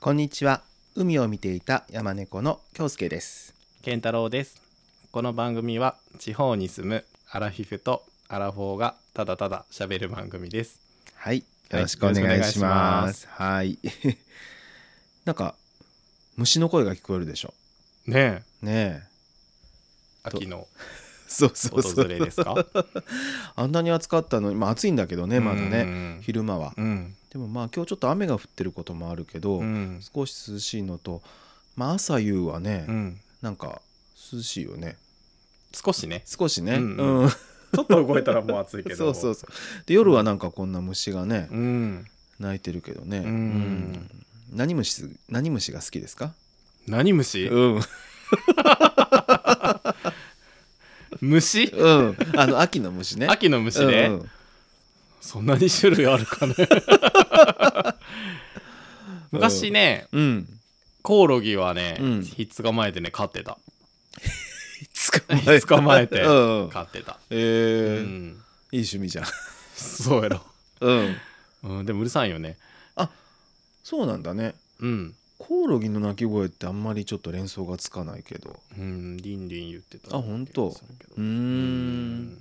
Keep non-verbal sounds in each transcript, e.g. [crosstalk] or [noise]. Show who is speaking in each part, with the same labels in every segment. Speaker 1: こんにちは海を見ていた山猫の京介です
Speaker 2: 健太郎ですこの番組は地方に住むアラフィフとアラフォーがただただ喋る番組です
Speaker 1: はい
Speaker 2: は
Speaker 1: よ
Speaker 2: い
Speaker 1: ろしくお願いします,、はい [laughs] なんか虫の声が聞こえるでしょ
Speaker 2: ね
Speaker 1: ね
Speaker 2: え秋の
Speaker 1: えそうそうそ
Speaker 2: 訪
Speaker 1: う
Speaker 2: れですか
Speaker 1: あんなに暑かったのにまあ暑いんだけど [laughs] ねまだ
Speaker 2: う
Speaker 1: ね
Speaker 2: ん
Speaker 1: 昼間は
Speaker 2: うん
Speaker 1: でもまあ今日ちょっと雨が降ってることもあるけど、
Speaker 2: うん
Speaker 1: 少し涼しいのとまあ朝夕はね、
Speaker 2: うん
Speaker 1: なんか涼しいよね
Speaker 2: 少しね
Speaker 1: 少しね
Speaker 2: うんうん
Speaker 1: うん
Speaker 2: ちょっと動いたらもう暑いけ
Speaker 1: [laughs]
Speaker 2: ど
Speaker 1: そうそうそうで夜はなんかこんな虫がね、
Speaker 2: うん
Speaker 1: 泣いてるけどね、
Speaker 2: ん
Speaker 1: 何虫何虫が好きですか
Speaker 2: 何虫
Speaker 1: うん、
Speaker 2: 虫
Speaker 1: うん、あの秋の虫ね
Speaker 2: 秋の虫ね、
Speaker 1: うんうん
Speaker 2: そんなに種類あ
Speaker 1: [laughs]
Speaker 2: るかね昔ね
Speaker 1: うん
Speaker 2: コオロギはね、
Speaker 1: うん
Speaker 2: ひっ捕まえてね飼ってた
Speaker 1: 捕まえ
Speaker 2: 捕まえて
Speaker 1: うんうん
Speaker 2: 飼ってた、
Speaker 1: えー
Speaker 2: うん、
Speaker 1: いい趣味じゃん
Speaker 2: そうやろ、
Speaker 1: うん
Speaker 2: うん、でもうるさいよね
Speaker 1: そうなんだね
Speaker 2: うん、
Speaker 1: コオロギの鳴き声ってあんまりちょっと連想がつかないけど
Speaker 2: うん、リンリン言ってた
Speaker 1: あ本当
Speaker 2: 気がするけど
Speaker 1: うーん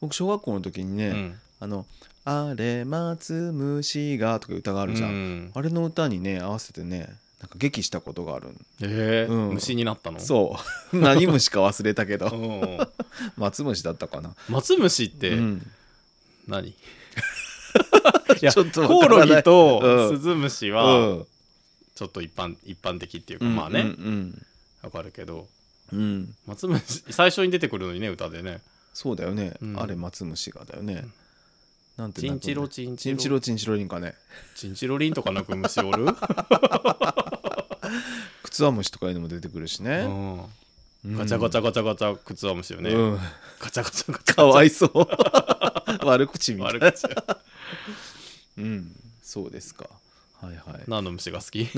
Speaker 1: 僕小学校の時にね、
Speaker 2: うん
Speaker 1: あの「あれ待つ虫が」とかいう歌があ
Speaker 2: あ
Speaker 1: るじゃん、あれの歌にね合わせてねなんか劇したことがあるん
Speaker 2: えー
Speaker 1: うん
Speaker 2: 虫になったの
Speaker 1: そう [laughs] 何虫か忘れたけ
Speaker 2: う
Speaker 1: ど
Speaker 2: ん
Speaker 1: 松虫だったかな、
Speaker 2: 松虫って
Speaker 1: うん
Speaker 2: 何い
Speaker 1: [laughs]
Speaker 2: や
Speaker 1: ちょっとわ
Speaker 2: コオ
Speaker 1: から
Speaker 2: ロ
Speaker 1: ない
Speaker 2: ギと
Speaker 1: う
Speaker 2: ス
Speaker 1: ん
Speaker 2: ズムシ
Speaker 1: う
Speaker 2: は
Speaker 1: ん
Speaker 2: ちょっと一般一般的っていうかまあね
Speaker 1: うんうん
Speaker 2: わかるけど
Speaker 1: うん、うん
Speaker 2: 松虫最初に出てくるのにね歌でね
Speaker 1: そうだよね、
Speaker 2: うん
Speaker 1: あれ松虫がだよね、なんて
Speaker 2: チンチロ
Speaker 1: なんか
Speaker 2: チン
Speaker 1: チ
Speaker 2: チ
Speaker 1: ン
Speaker 2: ロ
Speaker 1: チロチンチロリンかね
Speaker 2: チンチロリンとかなく虫
Speaker 1: [laughs]
Speaker 2: おる
Speaker 1: クツワムシとかいうのも出てくるし
Speaker 2: う
Speaker 1: ね、
Speaker 2: んガチャガチャガチャガチャ靴は虫よね
Speaker 1: うん、
Speaker 2: ガチャガチャガチャ
Speaker 1: かわいそう [laughs] 悪口みたい
Speaker 2: 悪
Speaker 1: な、
Speaker 2: 口
Speaker 1: うん、そうですかはいはい
Speaker 2: 何の虫が好き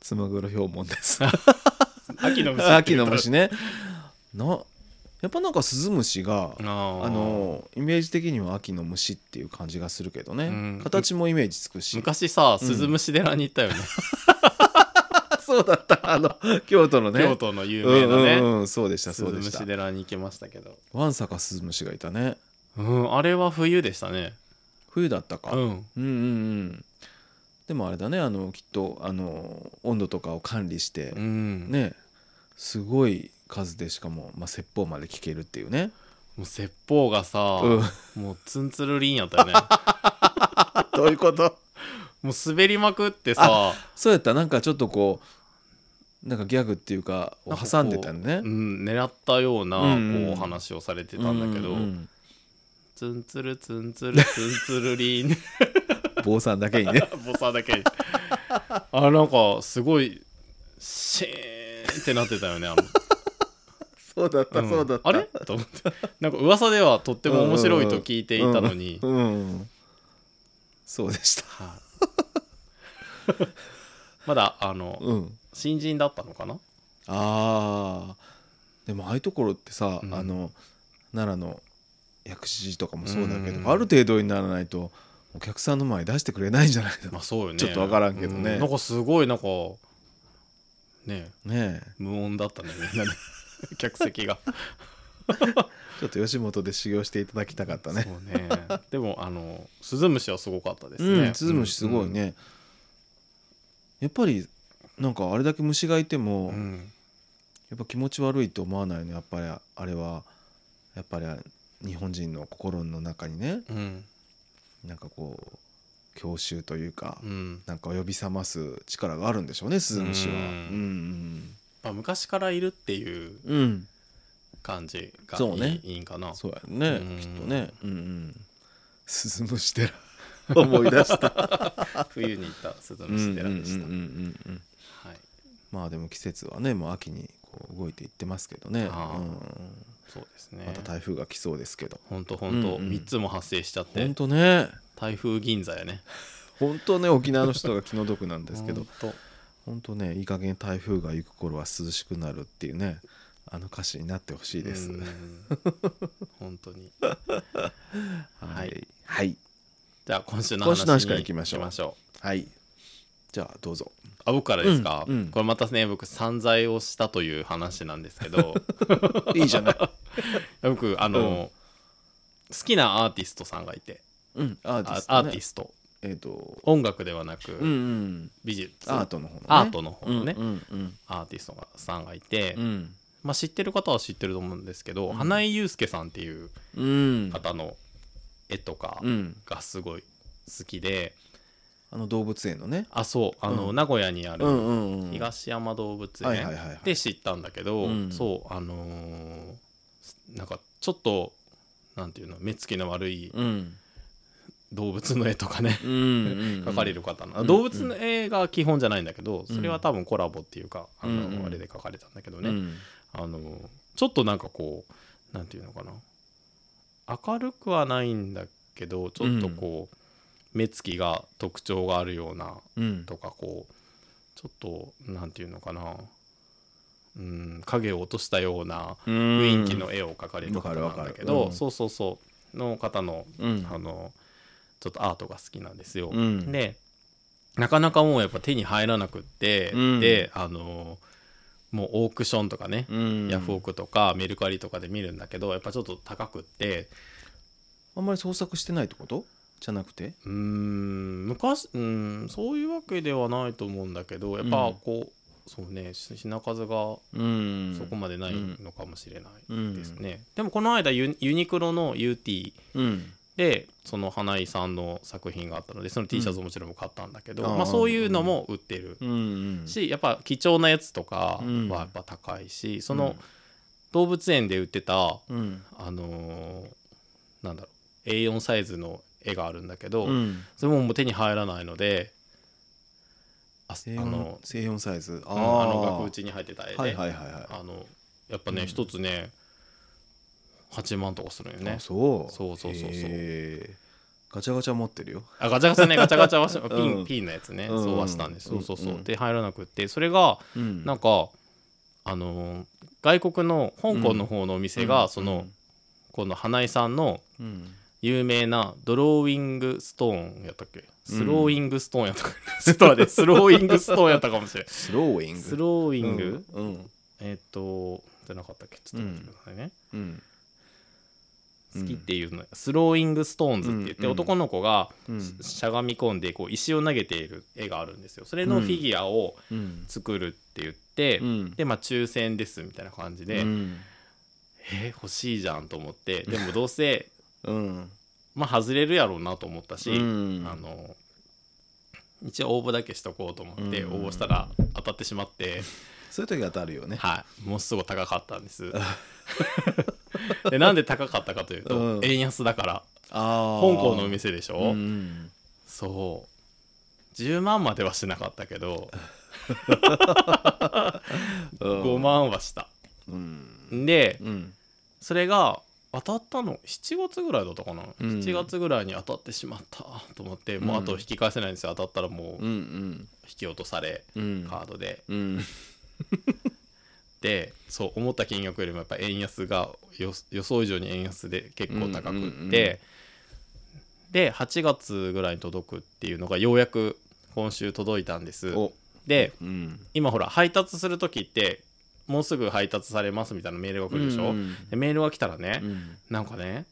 Speaker 1: つまぐろ標本
Speaker 2: [laughs]
Speaker 1: です
Speaker 2: 秋の
Speaker 1: [laughs]
Speaker 2: 虫
Speaker 1: 秋の虫ねなやっぱなんかスズムシが
Speaker 2: あ
Speaker 1: あ
Speaker 2: の
Speaker 1: のイメージ的には秋の虫っていう感じがするけどね、
Speaker 2: うん
Speaker 1: 形もイメージつくし
Speaker 2: 昔さ
Speaker 1: うん
Speaker 2: 鈴虫寺に行 [laughs] ったよね、
Speaker 1: そうだった [laughs] あの京都のね
Speaker 2: 京都の有名な
Speaker 1: う
Speaker 2: ね、
Speaker 1: んうんうん、そうでした
Speaker 2: 鈴
Speaker 1: そうでした
Speaker 2: 虫寺に行きましたけど、
Speaker 1: ワンサかスズムシがいたね
Speaker 2: うん、あれは冬でしたね
Speaker 1: 冬だったか、
Speaker 2: うん
Speaker 1: うんうんうんでもあれだねあのきっとあの温度とかを管理して
Speaker 2: う、ん
Speaker 1: ねすごい数でしかも、まあ、説法まで聞けるっていうね
Speaker 2: もう説法がさ、 [laughs]
Speaker 1: うん
Speaker 2: もうツンツルリンやったよ [laughs] ね
Speaker 1: どういうこと
Speaker 2: もう滑りまくってさ
Speaker 1: そうやったなんかちょっとこうなんかギャグっていうかを
Speaker 2: なんかこう
Speaker 1: 挟んでたのね
Speaker 2: うん、狙ったようなこ
Speaker 1: うんうん
Speaker 2: うお話をされてたんだけ
Speaker 1: う
Speaker 2: ど、
Speaker 1: うん
Speaker 2: ツンツルツンツルツンツルリン
Speaker 1: 坊さんだけにね
Speaker 2: [laughs] ボサだけ [laughs] あなんかすごいシーンってなってたよねあの
Speaker 1: [laughs] そうだっ
Speaker 2: うんあれ [laughs] と思ってなんか噂ではとっても面白いと聞いていたのに、
Speaker 1: うんうんそうでした
Speaker 2: はいまだあの
Speaker 1: うん
Speaker 2: 新人だったのかな
Speaker 1: あーでもああいうところってさ、
Speaker 2: うん
Speaker 1: あの奈良の薬師寺とかもそうだけど、
Speaker 2: うん
Speaker 1: ある程度にならないとお客さんの前に出してくれないんじゃない
Speaker 2: ま
Speaker 1: の
Speaker 2: あそうよね
Speaker 1: ちょっとわからんけどね
Speaker 2: うなんかすごいなんかね
Speaker 1: ねえ
Speaker 2: 無音だったねみんなね [laughs] 客席が
Speaker 1: ちょっと吉本で修行していただきたかったね
Speaker 2: そうねでもあのスズムシはすごかったです
Speaker 1: う
Speaker 2: ね
Speaker 1: ん、スズムシすごいね、やっぱりなんかあれだけ虫がいても、
Speaker 2: うん、うん
Speaker 1: やっぱ気持ち悪いと思わないのやっぱりあれはやっぱり日本人の心の中にね
Speaker 2: うん
Speaker 1: なんかこう郷愁というか、
Speaker 2: うん
Speaker 1: なんか呼び覚ます力があるんでしょうねスズムシは
Speaker 2: う
Speaker 1: うん
Speaker 2: まあ、昔からいるっていう
Speaker 1: うん、うん
Speaker 2: 感じがいい,、
Speaker 1: そうね
Speaker 2: いいんかな
Speaker 1: そうやね、
Speaker 2: うん
Speaker 1: きっとねうんうんスズムシ寺 [laughs] 思い出した
Speaker 2: 冬に行ったスズムシ寺でし
Speaker 1: [laughs] うんうんうん
Speaker 2: た、
Speaker 1: うんうん
Speaker 2: はい
Speaker 1: まあでも季節はねもう秋にこう動いていってますけどね、
Speaker 2: あー
Speaker 1: うん
Speaker 2: そうですね
Speaker 1: また台風が来そうですけど
Speaker 2: ほんとほんと
Speaker 1: うんうん
Speaker 2: 3つも発生しちゃって、
Speaker 1: 本当ね
Speaker 2: 台風銀座やね
Speaker 1: 本当ね沖縄の人が気の毒なんですけど
Speaker 2: ほんと
Speaker 1: 本当ねいい加減台風が行く頃は涼しくなるっていうねあの歌詞になってほしいです、
Speaker 2: [laughs] うん本当に
Speaker 1: は
Speaker 2: はいい、
Speaker 1: はい、
Speaker 2: じゃあ今週の
Speaker 1: 今
Speaker 2: 話
Speaker 1: 週
Speaker 2: に
Speaker 1: の話からいきましょう
Speaker 2: 行きましょう
Speaker 1: はいじゃあどうぞ
Speaker 2: あ僕からですか、
Speaker 1: うんうん
Speaker 2: これまたね僕散財をしたという話なんです
Speaker 1: [laughs]
Speaker 2: けど
Speaker 1: いいじゃ
Speaker 2: [laughs]
Speaker 1: ない
Speaker 2: 僕あの、好きなアーティストさんがいて
Speaker 1: うんアーティ
Speaker 2: あ
Speaker 1: スト、ね、
Speaker 2: アーティスト
Speaker 1: えっ、と
Speaker 2: 音楽ではなく、
Speaker 1: うんうん
Speaker 2: 美術
Speaker 1: アートの方の、ね、
Speaker 2: アートの方のね
Speaker 1: うんうん
Speaker 2: アーティストさんがいて、
Speaker 1: うん
Speaker 2: まあ、知ってる方は知ってると思うんですけど、
Speaker 1: ん
Speaker 2: 花井祐介さんっていう
Speaker 1: うん
Speaker 2: 方の絵とか
Speaker 1: うん
Speaker 2: がすごい好きで、
Speaker 1: あの動物園のね
Speaker 2: あそうあの、
Speaker 1: うん
Speaker 2: 名古屋にあ
Speaker 1: う
Speaker 2: る
Speaker 1: んうんうん
Speaker 2: 東山動物
Speaker 1: はいはいはいはい
Speaker 2: 園で知ったんだけど、
Speaker 1: うん
Speaker 2: そうあのーなんかちょっとなんていうの目つきの悪い
Speaker 1: うん
Speaker 2: 動物の絵とかね、
Speaker 1: うんうんうん
Speaker 2: 描かれる方な、
Speaker 1: うん
Speaker 2: 動物の絵が基本じゃないんだけど、それは多分コラボっていうかあの、
Speaker 1: うん
Speaker 2: あれで描かれたんだけど
Speaker 1: う
Speaker 2: ね、
Speaker 1: ん
Speaker 2: あのちょっとなんかこうなんていうのかな明るくはないんだけどちょっとこう、目つきが特徴があるような
Speaker 1: うん
Speaker 2: とかこうちょっとなんていうのかなうん影を落としたような雰囲気の絵を描かれる方なんだけ
Speaker 1: わかるわ
Speaker 2: ど、
Speaker 1: かる
Speaker 2: そうそうそうの方の,、
Speaker 1: うん
Speaker 2: あのちょっとアートが好きなんですよ。
Speaker 1: うん
Speaker 2: でなかなかもうやっぱ手に入らなくって、
Speaker 1: うん
Speaker 2: であのもうオークションとかね、
Speaker 1: うん
Speaker 2: ヤフオクとかメルカリとかで見るんだけどやっぱちょっと高くって
Speaker 1: あんまり創作してないってことじゃなくて
Speaker 2: うーん昔うーんそういうわけではないと思うんだけどやっ
Speaker 1: う
Speaker 2: ぱ
Speaker 1: ん
Speaker 2: こうそうねし品数が
Speaker 1: うん
Speaker 2: そこまでないのかもしれな
Speaker 1: うん
Speaker 2: いですね、でもこの間ユユニクロの UT
Speaker 1: うん
Speaker 2: でその花井さんの作品があったのでその T シャツももちろん買ったんだけど、
Speaker 1: あー
Speaker 2: まあ、そういうのも売ってる
Speaker 1: うんうん
Speaker 2: しやっぱ貴重なやつとかは
Speaker 1: うん
Speaker 2: やっぱ高いし、その動物園で売ってた
Speaker 1: うん
Speaker 2: あのーなんだろう A4 サイズの絵があるんだけど、
Speaker 1: うん
Speaker 2: それももう手に入らないのであすあ
Speaker 1: A4
Speaker 2: の
Speaker 1: の A4 サイズ
Speaker 2: あ
Speaker 1: あ
Speaker 2: の
Speaker 1: ー
Speaker 2: あの額縁に入ってた絵で、
Speaker 1: はいはいはいは
Speaker 2: あのやっぱね
Speaker 1: うん
Speaker 2: 一、つね8万とかするよ
Speaker 1: い
Speaker 2: ね
Speaker 1: あそう
Speaker 2: そうそうそうそう
Speaker 1: へーガチャガチャ持ってるよ
Speaker 2: あガチャガチャねガチャガチャはしピン、
Speaker 1: [laughs] うん
Speaker 2: ピンのやつね、
Speaker 1: うん
Speaker 2: そうはしたんです、
Speaker 1: うん
Speaker 2: そうそうそう、
Speaker 1: うん
Speaker 2: で入らなくってそれが
Speaker 1: うん
Speaker 2: なんかあのー外国の香港の方のお店が、
Speaker 1: うん
Speaker 2: その、この花井さんの
Speaker 1: うん
Speaker 2: 有名なドローイングストーンやったっけスローイングストーンやったか、 [laughs] ちょっと待ってスローイングストーンやったかもしれない
Speaker 1: スローイング
Speaker 2: スローイング、
Speaker 1: うん
Speaker 2: えっ、とじゃなかったっけちょっと待ってくださいね、
Speaker 1: うんうん
Speaker 2: 好きっていうのスローイングストーンズって言って、
Speaker 1: うん
Speaker 2: 男の子が
Speaker 1: うん
Speaker 2: し,、ゃがみ込んでこう石を投げている絵があるんですよそれのフィギュアを
Speaker 1: うん
Speaker 2: 作るって言って、
Speaker 1: うん
Speaker 2: でまあ抽選ですみたいな感じで、
Speaker 1: うん
Speaker 2: えー欲しいじゃんと思ってでもどうせ [laughs]
Speaker 1: うん
Speaker 2: まあ外れるやろうなと思ったし、
Speaker 1: うん
Speaker 2: あの一応応募だけしとこうと思って
Speaker 1: う
Speaker 2: 応
Speaker 1: ん
Speaker 2: 募したら当たってしまって、
Speaker 1: そういう時当たるよね
Speaker 2: はいもうすぐ高かったんです
Speaker 1: [laughs]
Speaker 2: でなんで高かったかというと、
Speaker 1: うん
Speaker 2: 円安だから
Speaker 1: あ
Speaker 2: 香
Speaker 1: ー
Speaker 2: 港のお店でしょ、
Speaker 1: うん
Speaker 2: そう10万まではしなかったけど
Speaker 1: うん
Speaker 2: 5万はした、
Speaker 1: うん
Speaker 2: で
Speaker 1: うん
Speaker 2: それが当たったの7月ぐらいだったかな、
Speaker 1: うん
Speaker 2: 7月ぐらいに当たってしまったと思ってもうあと引き返せないんですよ当たったらもう
Speaker 1: うんうん
Speaker 2: 引き落とされ、
Speaker 1: うん
Speaker 2: カードで
Speaker 1: うん
Speaker 2: でそう思った金額よりもやっぱ円安がよ予想以上に円安で結構高く
Speaker 1: う
Speaker 2: って、
Speaker 1: んうんうん
Speaker 2: で8月ぐらいに届くっていうのがようやく今週届いたんです
Speaker 1: お
Speaker 2: で
Speaker 1: うん
Speaker 2: 今ほら配達する時ってもうすぐ配達されますみたいなメールが来るでしょ、
Speaker 1: うんうん
Speaker 2: でメールが来たらね、
Speaker 1: うん
Speaker 2: なんかね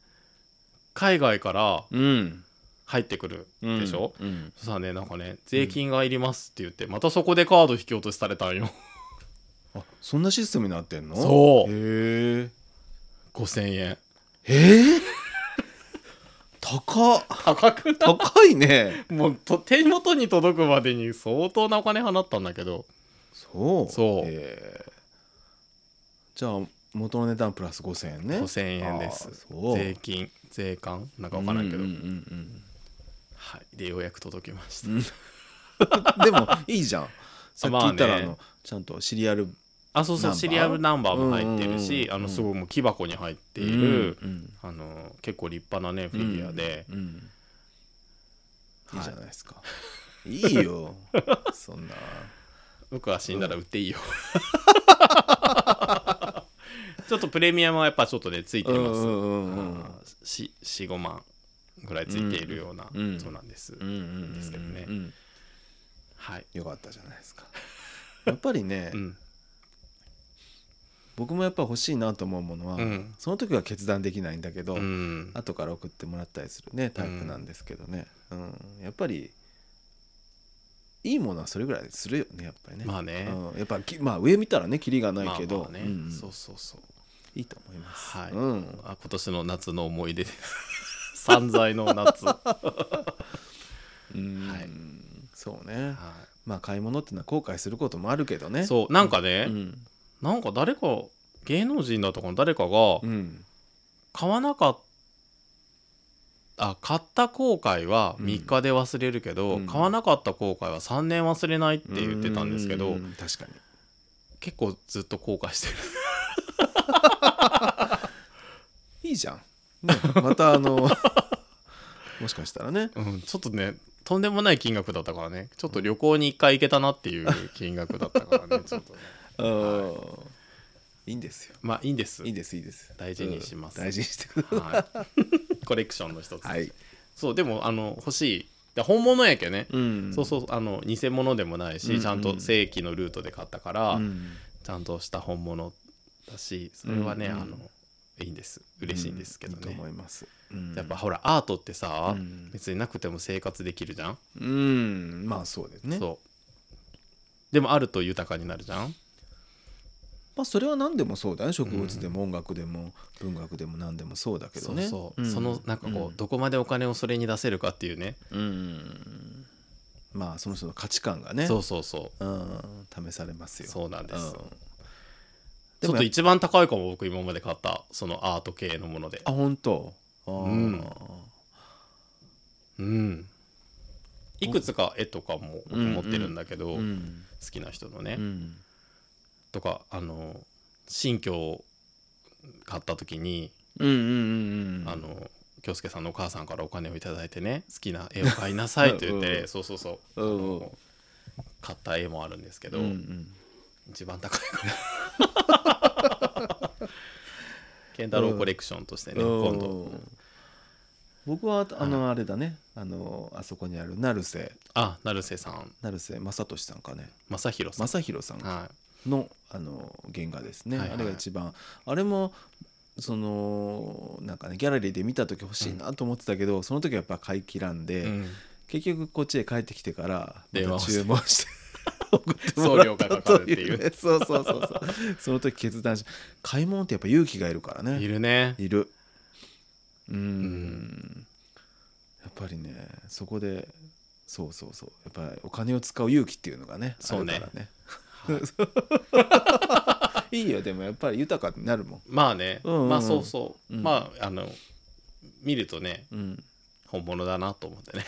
Speaker 2: 海外から
Speaker 1: うん
Speaker 2: 入ってくるでしょ、
Speaker 1: うん
Speaker 2: そしたらねなんかね税金がいりますって言ってまたそこでカード引き落としされたんよ [laughs]
Speaker 1: あそんなシステムになってんの
Speaker 2: そう
Speaker 1: へえ
Speaker 2: 5000円
Speaker 1: えー、高っ
Speaker 2: 高くない
Speaker 1: 高いね
Speaker 2: もうと手元に届くまでに相当なお金払ったんだけど
Speaker 1: そう
Speaker 2: そう
Speaker 1: えーじゃあ元の値段プラス5000円ね
Speaker 2: 5000円です
Speaker 1: あーそう
Speaker 2: 税金税関なんか分からんけど、
Speaker 1: うんうんうん
Speaker 2: はい、でようやく届きました、
Speaker 1: うんでもいいじゃんさっき言ったら
Speaker 2: ま
Speaker 1: あ
Speaker 2: あね
Speaker 1: のちゃんとシリアル
Speaker 2: あそうそ
Speaker 1: ナンバ
Speaker 2: う
Speaker 1: ー
Speaker 2: シリアルナンバーも入ってるし、
Speaker 1: うんうんうん
Speaker 2: あ
Speaker 1: う
Speaker 2: の
Speaker 1: ん
Speaker 2: すごいもう木箱に入っている、あの結構立派なねフ
Speaker 1: フ
Speaker 2: ィギュアで、
Speaker 1: いいじゃないですかいいよ
Speaker 2: [laughs]
Speaker 1: そんな
Speaker 2: 僕は死んだら売っていいよちょっとプレミアムはやっぱちょっとねついてま
Speaker 1: う
Speaker 2: す、
Speaker 1: んうんうんうん
Speaker 2: 45万ぐらいついているような
Speaker 1: うん
Speaker 2: そうなんです、
Speaker 1: うんうんうんうん
Speaker 2: ですけどね
Speaker 1: うん
Speaker 2: はい、
Speaker 1: よかったじゃないですかやっぱりね、
Speaker 2: うん、
Speaker 1: 僕もやっぱ欲しいなと思うものは、
Speaker 2: うん
Speaker 1: その時は決断できないんだけど、
Speaker 2: うん
Speaker 1: 後から送ってもらったりするねタイプなんですけどね、うんやっぱりいいものはそれぐらいするよねやっぱりね,、
Speaker 2: まあね
Speaker 1: うん、やっぱきまあ上見たらねキリがないけど、
Speaker 2: まあまあね
Speaker 1: うんうん
Speaker 2: そうそうそう
Speaker 1: いいと思います、
Speaker 2: はい、
Speaker 1: うん、
Speaker 2: あ今年の夏の思い
Speaker 1: [laughs]
Speaker 2: 出です散財の夏、は
Speaker 1: うん
Speaker 2: はい
Speaker 1: そうねまあ買い物っていうのは後悔することもあるけどね
Speaker 2: い、そうなんかね、
Speaker 1: うん
Speaker 2: なんか誰か芸能人だとかの誰かが
Speaker 1: うん
Speaker 2: 買わなかったあ買った後悔は3日で忘れるけど、
Speaker 1: うん
Speaker 2: 買わなかった後悔は3年忘れないって言ってたんですけど、
Speaker 1: う確かに
Speaker 2: 結構ずっと後悔してる
Speaker 1: いいじゃん、
Speaker 2: [laughs]
Speaker 1: ね、またあのもしかしたらね [laughs]
Speaker 2: うん、ちょっとねとんでもない金額だったからねちょっと旅行に1回行けたなっていう金額だったからねちょっとね
Speaker 1: はいいんですよ
Speaker 2: まあいいんです
Speaker 1: いいですいいです
Speaker 2: 大事にします
Speaker 1: うん大事にしてくださ
Speaker 2: はい、コレクションの一つ、
Speaker 1: いはい
Speaker 2: そうでもあの欲しいで本物やけね、
Speaker 1: ん
Speaker 2: そうそうあの偽物でもないし、
Speaker 1: うんうん
Speaker 2: ちゃんと正規のルートで買ったから、
Speaker 1: ん
Speaker 2: ちゃんとした本物だしそれはね、
Speaker 1: うんうん
Speaker 2: あのいいんです嬉しいんですけど
Speaker 1: うんいい
Speaker 2: ね
Speaker 1: と、思います、うん
Speaker 2: やっぱほらアートってさ、
Speaker 1: うん
Speaker 2: 別になくても生活できるじゃん、
Speaker 1: うんまあそうですね
Speaker 2: そうでもあると豊かになるじゃん
Speaker 1: まあそれは何でもそうだね植物でも音楽でも文学でも何でもそうだけど
Speaker 2: そう
Speaker 1: ね
Speaker 2: そう、
Speaker 1: ん
Speaker 2: そのなんかこう、
Speaker 1: ん
Speaker 2: どこまでお金をそれに出せるかっていうね
Speaker 1: うんまあその人の価値観がね
Speaker 2: そうそうそう
Speaker 1: うん試されますよ
Speaker 2: そうなんです
Speaker 1: ん
Speaker 2: ちょっと一番高いかも僕今まで買ったそのアート系のもので
Speaker 1: あ本当あー
Speaker 2: うんうんいくつか絵とかも僕持ってるんだけど、
Speaker 1: うん
Speaker 2: 好きな人のね、
Speaker 1: うん
Speaker 2: とかあの新居を買った時に、
Speaker 1: うんうんうんうん
Speaker 2: あの京介さんのお母さんからお金を頂いただいてね好きな絵を買いなさいって言
Speaker 1: [laughs]
Speaker 2: っ
Speaker 1: う
Speaker 2: て
Speaker 1: ん
Speaker 2: そうそうそう
Speaker 1: うんうん
Speaker 2: 買った絵もあるんですけど、
Speaker 1: うんうん
Speaker 2: 一番高いかも
Speaker 1: [laughs]
Speaker 2: ケンタロウコレクションとしてね、今度
Speaker 1: うん僕はあのあれだねあのあそこにある成瀬
Speaker 2: あ成瀬さん
Speaker 1: 成瀬正俊さんかね
Speaker 2: 正弘さん、
Speaker 1: 正弘さん
Speaker 2: はい、
Speaker 1: のあの原画ですね、
Speaker 2: はいはい
Speaker 1: あれが一番あれもそのなんかねギャラリーで見た時欲しいなと思ってたけど、その時はやっぱ買い切らんで、
Speaker 2: うん
Speaker 1: 結局こっちへ帰ってきてから
Speaker 2: 電話を
Speaker 1: また注文し
Speaker 2: して [laughs]
Speaker 1: て送っても
Speaker 2: 送
Speaker 1: ら
Speaker 2: 料
Speaker 1: っ
Speaker 2: が
Speaker 1: たと
Speaker 2: かか
Speaker 1: いう
Speaker 2: るっていう
Speaker 1: ねそうそうそうそうその時決断し買い物ってやっぱ勇気がいるからね
Speaker 2: いるね
Speaker 1: いるうーんやっぱりねそこでそうそうそうやっぱりお金を使う勇気っていうのがね
Speaker 2: そうね
Speaker 1: あるからね [laughs] いいよでもやっぱり豊かになるもん
Speaker 2: まあね、
Speaker 1: うんうんうん
Speaker 2: まあそうそう、
Speaker 1: うん
Speaker 2: まああの見るとね
Speaker 1: うん
Speaker 2: 本物だなと思ってね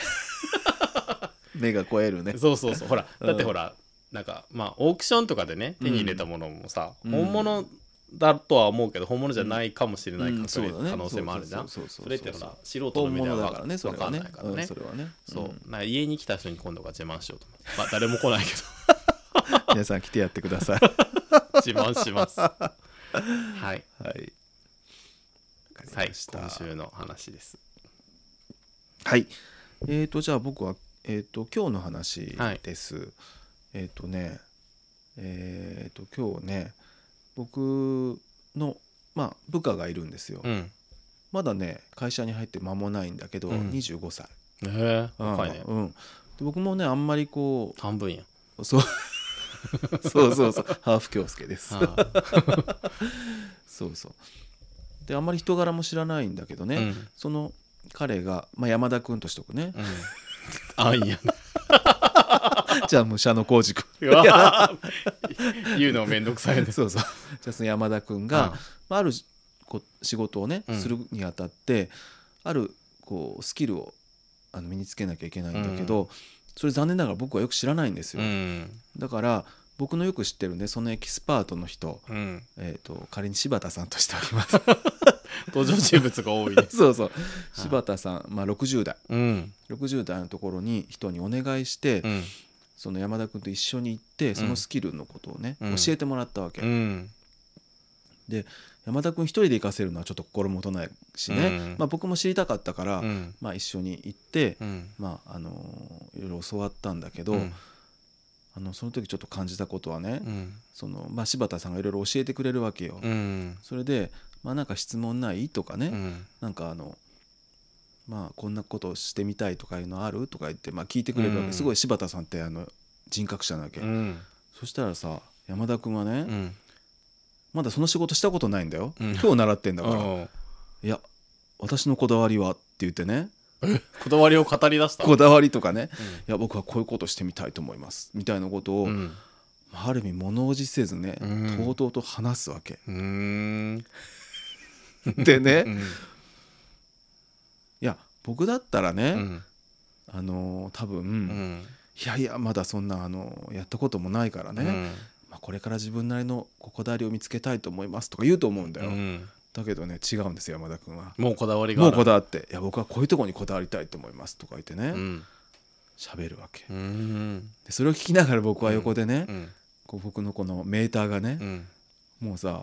Speaker 2: [laughs]
Speaker 1: 目が超えるね
Speaker 2: そうそうそうほら
Speaker 1: うん
Speaker 2: だってほら、なんかまあオークションとかでね手に入れたものもさ、
Speaker 1: うん
Speaker 2: 本物だとは思うけど本物じゃないかもしれない
Speaker 1: うん
Speaker 2: 確率
Speaker 1: そうだね
Speaker 2: 可能性もあるじゃん
Speaker 1: そう
Speaker 2: そ
Speaker 1: そうそうそう
Speaker 2: れってほら素人の
Speaker 1: 本
Speaker 2: 目で
Speaker 1: 物
Speaker 2: は
Speaker 1: だからねそ
Speaker 2: 分
Speaker 1: れ
Speaker 2: か
Speaker 1: は
Speaker 2: んな
Speaker 1: ね
Speaker 2: いからね
Speaker 1: うんそれはね
Speaker 2: そう、
Speaker 1: ん
Speaker 2: なんか家に来た人に今度は自慢しようと思ってまあ誰も来ないけ
Speaker 1: 皆さん来てやってください [laughs]
Speaker 2: ど自慢しますはい
Speaker 1: はいわかりま
Speaker 2: はい
Speaker 1: した
Speaker 2: 今週の話です
Speaker 1: はい。えー、と、じゃあ僕は、えー、と、今日の話です。えっ、とね、えっ、と、今日ね、僕の、まあ、部下がいるんですよ。
Speaker 2: うんへ
Speaker 1: まだね、会社に入って間もないんだけど、
Speaker 2: うん
Speaker 1: 25歳。
Speaker 2: え若いね
Speaker 1: うん。うんで僕もね、あんまりこ
Speaker 2: 半
Speaker 1: [laughs]
Speaker 2: 分や
Speaker 1: う、そう、そうそうそう、ハーフ京介です。
Speaker 2: は
Speaker 1: そうそう。で、あんまり人柄も知らないんだけどね、
Speaker 2: うん
Speaker 1: その彼が、まあ、山田君としとくね。
Speaker 2: いうん
Speaker 1: [laughs]
Speaker 2: あいいや
Speaker 1: じゃあ、武者の浩二君。
Speaker 2: うわ言うのめんどくさいです。
Speaker 1: そうそうじゃあその山田君が、
Speaker 2: うん
Speaker 1: まあ、あるこ仕事をね、
Speaker 2: うん
Speaker 1: するにあたってあるこうスキルをあの身につけなきゃいけないんだけど、それ残念ながら僕はよく知らないんです
Speaker 2: う
Speaker 1: よ、
Speaker 2: ん。
Speaker 1: だから僕のよく知ってるねそのエキスパートの人、
Speaker 2: うん。
Speaker 1: えー、と仮に柴田さんとしておきます
Speaker 2: 登場人物が多いです。
Speaker 1: そうそう柴田さん、まあ、60代
Speaker 2: [laughs] うん。
Speaker 1: 60代のところに人にお願いして、
Speaker 2: うん。
Speaker 1: その山田君と一緒に行ってそのスキルのことをね、
Speaker 2: うん
Speaker 1: 教えてもらったわけ、
Speaker 2: うん。
Speaker 1: で山田君一人で行かせるのはちょっと心もとないしね、
Speaker 2: うん
Speaker 1: まあ、僕も知りたかったから、
Speaker 2: うん
Speaker 1: まあ、一緒に行って、
Speaker 2: うん
Speaker 1: まああのーいろいろ教わったんだけど、
Speaker 2: うん
Speaker 1: あのその時ちょっと感じたことはね、
Speaker 2: うん
Speaker 1: そのまあ、柴田さんがいろいろ教えてくれるわけよ。
Speaker 2: うん
Speaker 1: それで、まあ、なんか質問ないとかね、
Speaker 2: うん
Speaker 1: なんかあのまあこんなことしてみたいとかいうのあるとか言って、まあ、聞いてくれるわけ、
Speaker 2: うん
Speaker 1: すごい柴田さんってあの人格者なわけ、
Speaker 2: うん
Speaker 1: そしたらさ山田君はね、
Speaker 2: うん
Speaker 1: まだその仕事したことないんだよ、
Speaker 2: うん
Speaker 1: 今日習ってんだから、い
Speaker 2: おう
Speaker 1: や私のこだわりはって言ってね
Speaker 2: こだわりを語り出した
Speaker 1: こだわりとかねい
Speaker 2: う
Speaker 1: や僕はこういうことしてみたいと思いますみたいなことを、
Speaker 2: ん
Speaker 1: まあある意味物おじせずね、
Speaker 2: うん
Speaker 1: とうとうと話すわ
Speaker 2: [laughs]
Speaker 1: け
Speaker 2: うーん
Speaker 1: でね、
Speaker 2: う
Speaker 1: い
Speaker 2: ん
Speaker 1: や僕だったら
Speaker 2: う
Speaker 1: ね、
Speaker 2: ん
Speaker 1: あのー多分、
Speaker 2: うん
Speaker 1: いやいやまだそんなあのやったこともないからね、まあ、これから自分なりのこだわりを見つけたいと思いますとか言うと思うんだ
Speaker 2: う
Speaker 1: よ、
Speaker 2: ん
Speaker 1: だけどね違うんですよ山田君は
Speaker 2: もうこだわりが
Speaker 1: も
Speaker 2: あ
Speaker 1: う
Speaker 2: る
Speaker 1: こだわって「いや僕はこういうとこにこだわりたいと思います」とか言って
Speaker 2: う
Speaker 1: ね
Speaker 2: ん
Speaker 1: 喋、るわけ
Speaker 2: うんうん
Speaker 1: でそれを聞きながら僕は横でね、
Speaker 2: うん
Speaker 1: こう僕のこのメーターがね
Speaker 2: う、ん
Speaker 1: もうさ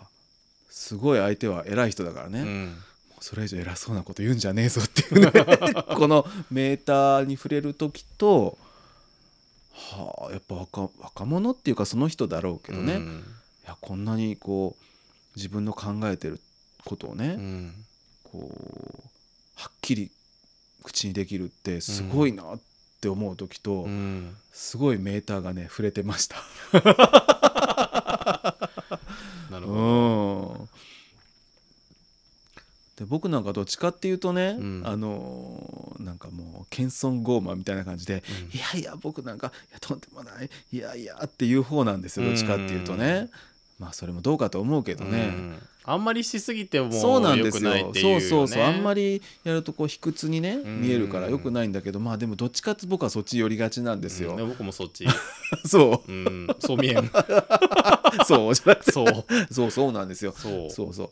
Speaker 1: すごい相手は偉い人だからね、
Speaker 2: う
Speaker 1: も
Speaker 2: ん
Speaker 1: うそれ以上偉そうなこと言うんじゃねえぞっていうね [laughs] このメーターに触れる時とはあやっぱ若若者っていうかその人だろうけどね、
Speaker 2: う
Speaker 1: い
Speaker 2: ん
Speaker 1: やこんなにこう自分の考えてることをね、
Speaker 2: うん
Speaker 1: こうはっきり口にできるってすごいなって思う時と、
Speaker 2: うん
Speaker 1: すごいメーターがね触れてました。
Speaker 2: なるほど
Speaker 1: うんで僕なんかどっちかっていうとね、
Speaker 2: うん
Speaker 1: あのーなんかもう謙遜傲慢みたいな感じで「
Speaker 2: う
Speaker 1: いやいや僕なんかいやとんでもないいやいや」っていう方なんですよどっちかっていうとね、まあそれもどうかと思うけど
Speaker 2: う
Speaker 1: ね、
Speaker 2: んあんまりしすぎても
Speaker 1: そうなんで
Speaker 2: 良
Speaker 1: す
Speaker 2: く
Speaker 1: よ
Speaker 2: ないっていう
Speaker 1: そ
Speaker 2: ね
Speaker 1: うそうそうあんまりやるとこう卑屈にね
Speaker 2: ん
Speaker 1: 見えるからよくないんだけどまあでもどっちかって僕はそっち寄りがちなんですよ、
Speaker 2: うん僕もそっち
Speaker 1: そ
Speaker 2: うんそう見え
Speaker 1: [laughs]
Speaker 2: ん
Speaker 1: うそう [laughs] じゃなくて
Speaker 2: そう
Speaker 1: そうそうなんですよ
Speaker 2: そう
Speaker 1: そうそ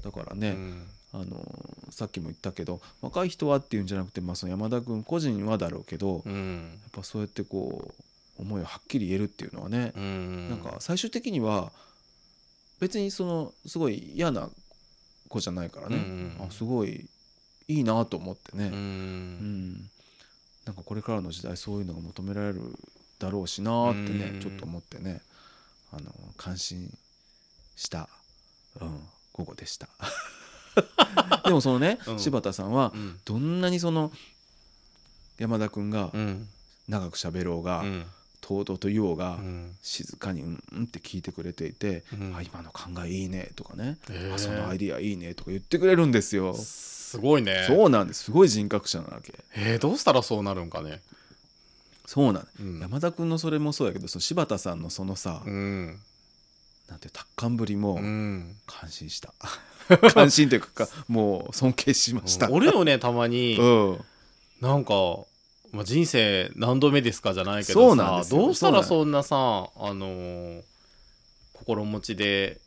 Speaker 1: うだからね、
Speaker 2: うん
Speaker 1: あのーさっきも言ったけど若い人はっていうんじゃなくて、まあ、その山田君個人はだろうけど、やっ
Speaker 2: うん
Speaker 1: ぱそうやってこう思いをはっきり言えるっていうのはね
Speaker 2: う、ん
Speaker 1: なんか最終的には別にそのすごい嫌な子じゃないからね、
Speaker 2: うんうん
Speaker 1: あすごいいいなと思ってね、
Speaker 2: う
Speaker 1: うんんなんかこれからの時代そういうのが求められるだろうしなーってね、
Speaker 2: うん
Speaker 1: ちょっと思ってねあの感心した、うん、午後でした
Speaker 2: [laughs]
Speaker 1: でもそのね、
Speaker 2: うん
Speaker 1: 柴田さんは
Speaker 2: うん
Speaker 1: どんなにその山田君が
Speaker 2: うん
Speaker 1: 長く喋ろうが、
Speaker 2: うん
Speaker 1: とうとうと言おうが、
Speaker 2: うん
Speaker 1: 静かに「うんうん」って聞いてくれていて「
Speaker 2: うん
Speaker 1: あ今の考えいいね」とかね、
Speaker 2: へー
Speaker 1: あ「そのアイディアいいね」とか言ってくれるんですよ。
Speaker 2: すごいね
Speaker 1: そうなんですすごい人格者なわけ。
Speaker 2: えーどうしたらそうなるんかね
Speaker 1: そうなの、
Speaker 2: うん
Speaker 1: 山田君のそれもそうやけどその柴田さんのそのさ、
Speaker 2: うん
Speaker 1: なんていう達観ぶりも
Speaker 2: うん
Speaker 1: 感心した [laughs] 感心というかもう尊敬しました
Speaker 2: 俺よねたまに
Speaker 1: うん
Speaker 2: なんか、まあ、人生何度目ですかじゃないけ
Speaker 1: そ
Speaker 2: ど
Speaker 1: うなんで
Speaker 2: さ
Speaker 1: すよ
Speaker 2: どうしたら
Speaker 1: そ
Speaker 2: そんなさあのー心持ちで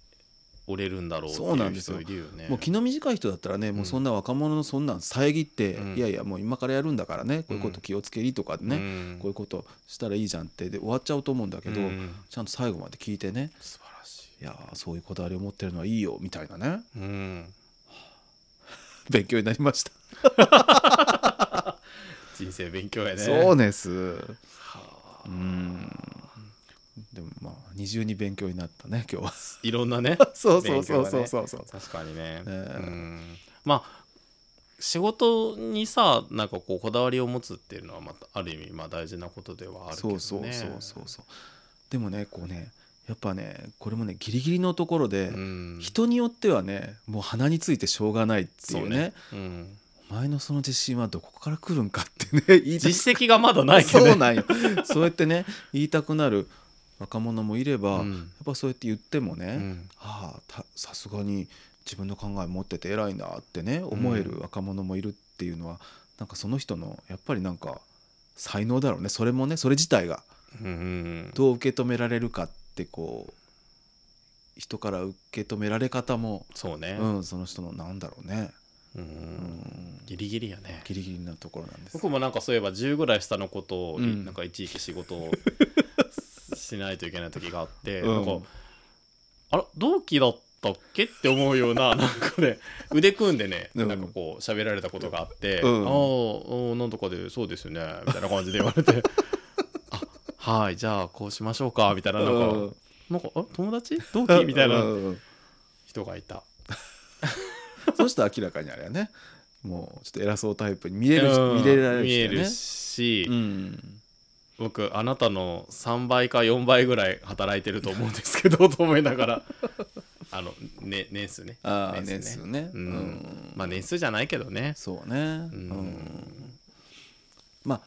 Speaker 2: 折れるんだろうって
Speaker 1: そうないん
Speaker 2: う
Speaker 1: です
Speaker 2: 人
Speaker 1: よ
Speaker 2: いるよね。
Speaker 1: もう気の短い人だったらね、もうそんな若者のそんなん遮って、
Speaker 2: うん
Speaker 1: いやいやもう今からやるんだからねこういうこと気をつけりとかね、
Speaker 2: うん
Speaker 1: こういうことしたらいいじゃんってで終わっちゃうと思うんだけど、
Speaker 2: うん
Speaker 1: ちゃんと最後まで聞いてね
Speaker 2: 素晴らしい。
Speaker 1: いやーそういうこだわりを持ってるのはいいよみたいなね
Speaker 2: うん、
Speaker 1: 勉強になりました、
Speaker 2: 人生勉強やね。
Speaker 1: そうですうんでもまあ二重に勉強になったね今日は。
Speaker 2: いろんなね
Speaker 1: そうそうそうそうそうそう、
Speaker 2: 勉強がね確か
Speaker 1: [laughs]
Speaker 2: にね。
Speaker 1: ええ
Speaker 2: うんまあ仕事にさなんかこうこだわりを持つっていうのはまたある意味まあ大事なことではあるけど
Speaker 1: そ
Speaker 2: ね。
Speaker 1: うそうそうそうそうでもねこうねやっぱねこれもねギリギリのところで、
Speaker 2: うん
Speaker 1: 人によってはねもう鼻についてしょうがないっていうね
Speaker 2: そうねうん
Speaker 1: お前のその自信はどこから来るんかって
Speaker 2: [laughs]
Speaker 1: ね言いたく
Speaker 2: 実績がまだないけど、ね、
Speaker 1: そうなんよそうやってね言いたくなる若者もいれば、
Speaker 2: うん
Speaker 1: やっぱそうやって言っても
Speaker 2: う
Speaker 1: ね、
Speaker 2: ん
Speaker 1: ああたさすがに自分の考え持ってて偉いなってね思える若者もいるっていうのは、なんかその人のやっぱりなんか才能だろうねそれもねそれ自体が
Speaker 2: うん
Speaker 1: どう受け止められるかってこう人から受け止められ方も、
Speaker 2: そうね、
Speaker 1: うん、その人のなんだろうね、
Speaker 2: うん
Speaker 1: うん、
Speaker 2: ギリギリやね
Speaker 1: ギリギリなところなんです。
Speaker 2: 僕もなんかそういえば10ぐらい下のことを、
Speaker 1: うん
Speaker 2: なんかいちいち仕事をしないといけない時があって、
Speaker 1: うん
Speaker 2: なんかあら同期だっったっけって思うような [laughs] なんかね腕組んでね、
Speaker 1: うん
Speaker 2: なんかこう喋られたことがあって「
Speaker 1: うん
Speaker 2: ああおなんとかでそうですよね」みたいな感じで言わ
Speaker 1: [laughs]
Speaker 2: れて「あはいじゃあこうしましょうか」みたいななんか
Speaker 1: うん
Speaker 2: なんかあ友達同期みたいな
Speaker 1: うんうん
Speaker 2: 人がいた。
Speaker 1: そしたら明らかにあれやねもうちょっと偉そうタイプに見れる人見れられる
Speaker 2: 見
Speaker 1: 人
Speaker 2: え
Speaker 1: やね
Speaker 2: るし、
Speaker 1: うん
Speaker 2: 僕あなたの3倍か4倍ぐらい働いてると思うんですけど [laughs] と思いながらあの、ね、年数ね
Speaker 1: ああ
Speaker 2: ね
Speaker 1: 年数ね
Speaker 2: う
Speaker 1: うんん
Speaker 2: まあ年数じゃないけどね
Speaker 1: そうね
Speaker 2: う
Speaker 1: うん
Speaker 2: ん、
Speaker 1: まあ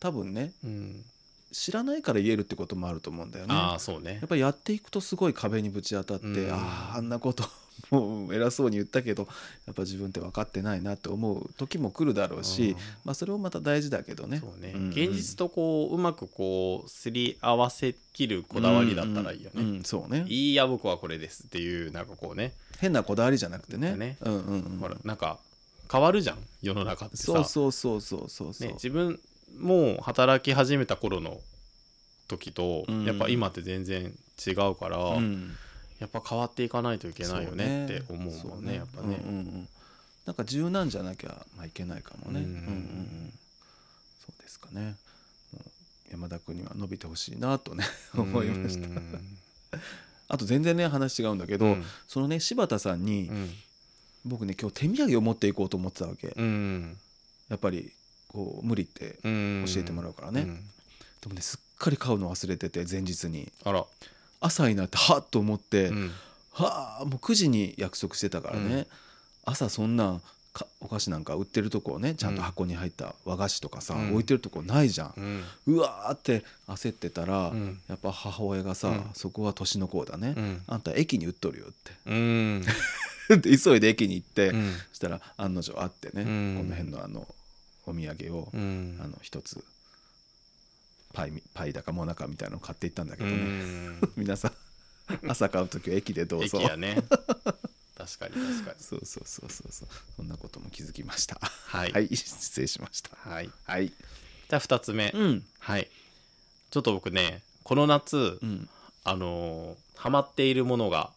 Speaker 1: 多分ね
Speaker 2: うん
Speaker 1: 知らないから言えるってこともあると思うんだよね
Speaker 2: ああそうね
Speaker 1: やっぱりやっていくとすごい壁にぶち当たって、
Speaker 2: うん
Speaker 1: あああんなこともう偉そうに言ったけどやっぱ自分って分かってないなって思う時も来るだろうし、
Speaker 2: うん
Speaker 1: まあ、それもまた大事だけどね。
Speaker 2: そうね、
Speaker 1: んん
Speaker 2: 現実とこううまくこうすり合わせきるこだわりだったらいいよね、
Speaker 1: うんうんうんそうね
Speaker 2: いいや僕はこれですっていうなんかこうね
Speaker 1: 変なこだわりじゃなくてね。
Speaker 2: ね
Speaker 1: うんうんうん、
Speaker 2: ほらなんか変わるじゃん世の中ってさ
Speaker 1: そうそうそうそうそうそう、
Speaker 2: ね、自分もう働き始めた頃の時と、
Speaker 1: うん
Speaker 2: やっぱ今って全然違うから、
Speaker 1: うん
Speaker 2: やっぱ変わっていかないといけないよねっ
Speaker 1: そう
Speaker 2: て思うもんねやっぱ
Speaker 1: そう
Speaker 2: ね、
Speaker 1: うんうんうんなんか柔軟じゃなきゃ、まあ、いけないかもね。
Speaker 2: うん
Speaker 1: うんうんうんそうですかね。もう山田君には伸びてほしいなとね [laughs] 思いました。
Speaker 2: うん
Speaker 1: あと全然ね話違うんだけど、
Speaker 2: うん
Speaker 1: そのね柴田さんに、
Speaker 2: うん
Speaker 1: 僕ね今日手土産を持っていこうと思ってたわけ、
Speaker 2: うん
Speaker 1: やっぱりこう無理って
Speaker 2: うん
Speaker 1: 教えてもらうからね、
Speaker 2: うん
Speaker 1: でもねすっかり買うの忘れてて前日に
Speaker 2: あら、
Speaker 1: 朝になってはっと思って、
Speaker 2: うん
Speaker 1: はあもう9時に約束してたからね、
Speaker 2: うん
Speaker 1: 朝そんなかお菓子なんか売ってるとこねちゃんと箱に入った和菓子とかさ、置いてるとこないじゃん
Speaker 2: う、ん
Speaker 1: うわーって焦ってたら、
Speaker 2: うん
Speaker 1: やっぱ母親がさ、
Speaker 2: うん
Speaker 1: そこは年の子だね、
Speaker 2: うん
Speaker 1: あんた駅に売っとるよって
Speaker 2: うん
Speaker 1: [laughs] で急いで駅に行って、
Speaker 2: うん
Speaker 1: そしたら案の定会ってね、
Speaker 2: うん
Speaker 1: この辺のあのお土産を、
Speaker 2: うん
Speaker 1: あの一つパイみパイだかモナカみたいなの買っていったんだけ
Speaker 2: う
Speaker 1: どね、 [laughs]
Speaker 2: ん
Speaker 1: 皆さん朝買う時は駅でどう
Speaker 2: 駅
Speaker 1: ぞ
Speaker 2: やね確かに確かに
Speaker 1: そうそうそうそうそうそんなことも気づきました
Speaker 2: は
Speaker 1: [laughs] はいい、失礼しました
Speaker 2: はい、
Speaker 1: はい
Speaker 2: じゃあ2つ目、
Speaker 1: うん
Speaker 2: はいちょっと僕ねこの夏、
Speaker 1: うん
Speaker 2: あのーハマっているものが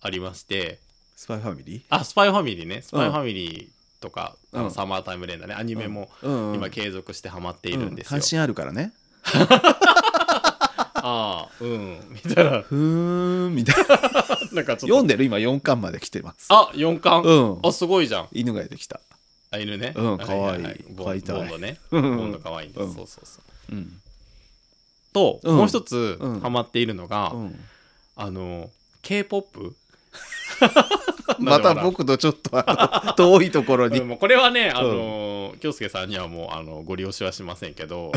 Speaker 2: ありまして
Speaker 1: スパイファミリ
Speaker 2: あスパイファミリーねスパイファミリーとか、あの
Speaker 1: うん
Speaker 2: サマータイムレンダーねアニメも
Speaker 1: ー、うん
Speaker 2: 今継続してハマっているんですよ、
Speaker 1: 関心あるからね
Speaker 2: ああうんみたいな
Speaker 1: ふーんみたいな
Speaker 2: なんかちょっ
Speaker 1: 読
Speaker 2: と
Speaker 1: んでる今4巻まで来てます
Speaker 2: あ四4巻、
Speaker 1: うん
Speaker 2: あすごいじゃん
Speaker 1: 犬が出てきた
Speaker 2: あ犬ね
Speaker 1: うん可愛い
Speaker 2: ははボ
Speaker 1: 飼
Speaker 2: ン
Speaker 1: いたい
Speaker 2: ボンドねボ
Speaker 1: うん
Speaker 2: ンド可愛いんです、
Speaker 1: うん
Speaker 2: そうそうそ
Speaker 1: う
Speaker 2: う
Speaker 1: ん
Speaker 2: と、
Speaker 1: うん
Speaker 2: もう一つ
Speaker 1: うん
Speaker 2: ハマっているのが、
Speaker 1: うん
Speaker 2: あの K-POP
Speaker 1: また僕とちょっと [laughs] あの遠いところ
Speaker 2: う
Speaker 1: に
Speaker 2: ん、もうこれはね、あのー京介さんにはもうあのご利用しはしませんけ [laughs] ど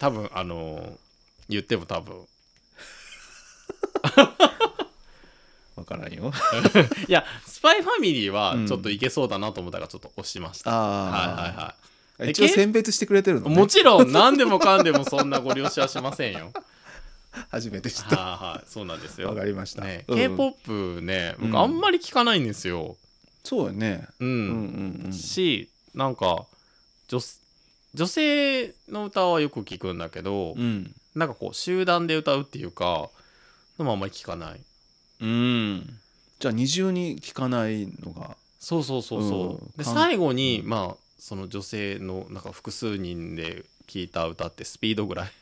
Speaker 2: 多分あのー言っても多分
Speaker 1: わからんよ
Speaker 2: いやスパイファミリーは
Speaker 1: うん
Speaker 2: ちょっといけそうだなと思ったからちょっと押しました、はいはい
Speaker 1: [laughs] あ
Speaker 2: は
Speaker 1: あ
Speaker 2: い
Speaker 1: 一応選別してくれてるのね
Speaker 2: もちろん何でもかんでもそんなご利用しはしません [laughs] よ
Speaker 1: 初めて知っ
Speaker 2: はい
Speaker 1: た
Speaker 2: はいそうなんですよ
Speaker 1: わかりました
Speaker 2: ね
Speaker 1: うん
Speaker 2: K-POP ね
Speaker 1: うん
Speaker 2: 僕あんまり聞かないんですよ
Speaker 1: そうよね
Speaker 2: うん、
Speaker 1: うんうんうん
Speaker 2: しなんか女女性の歌はよく聞くんだけど、
Speaker 1: うん
Speaker 2: なんかこう集団で歌うっていうかのもあんまり聞かない
Speaker 1: うんじゃあ二重に聞かないのが
Speaker 2: そうそうそうそう、
Speaker 1: うん
Speaker 2: で
Speaker 1: かん
Speaker 2: 最後に、まあその女性のなんか複数人で聞いた歌ってスピードぐらい
Speaker 1: [laughs]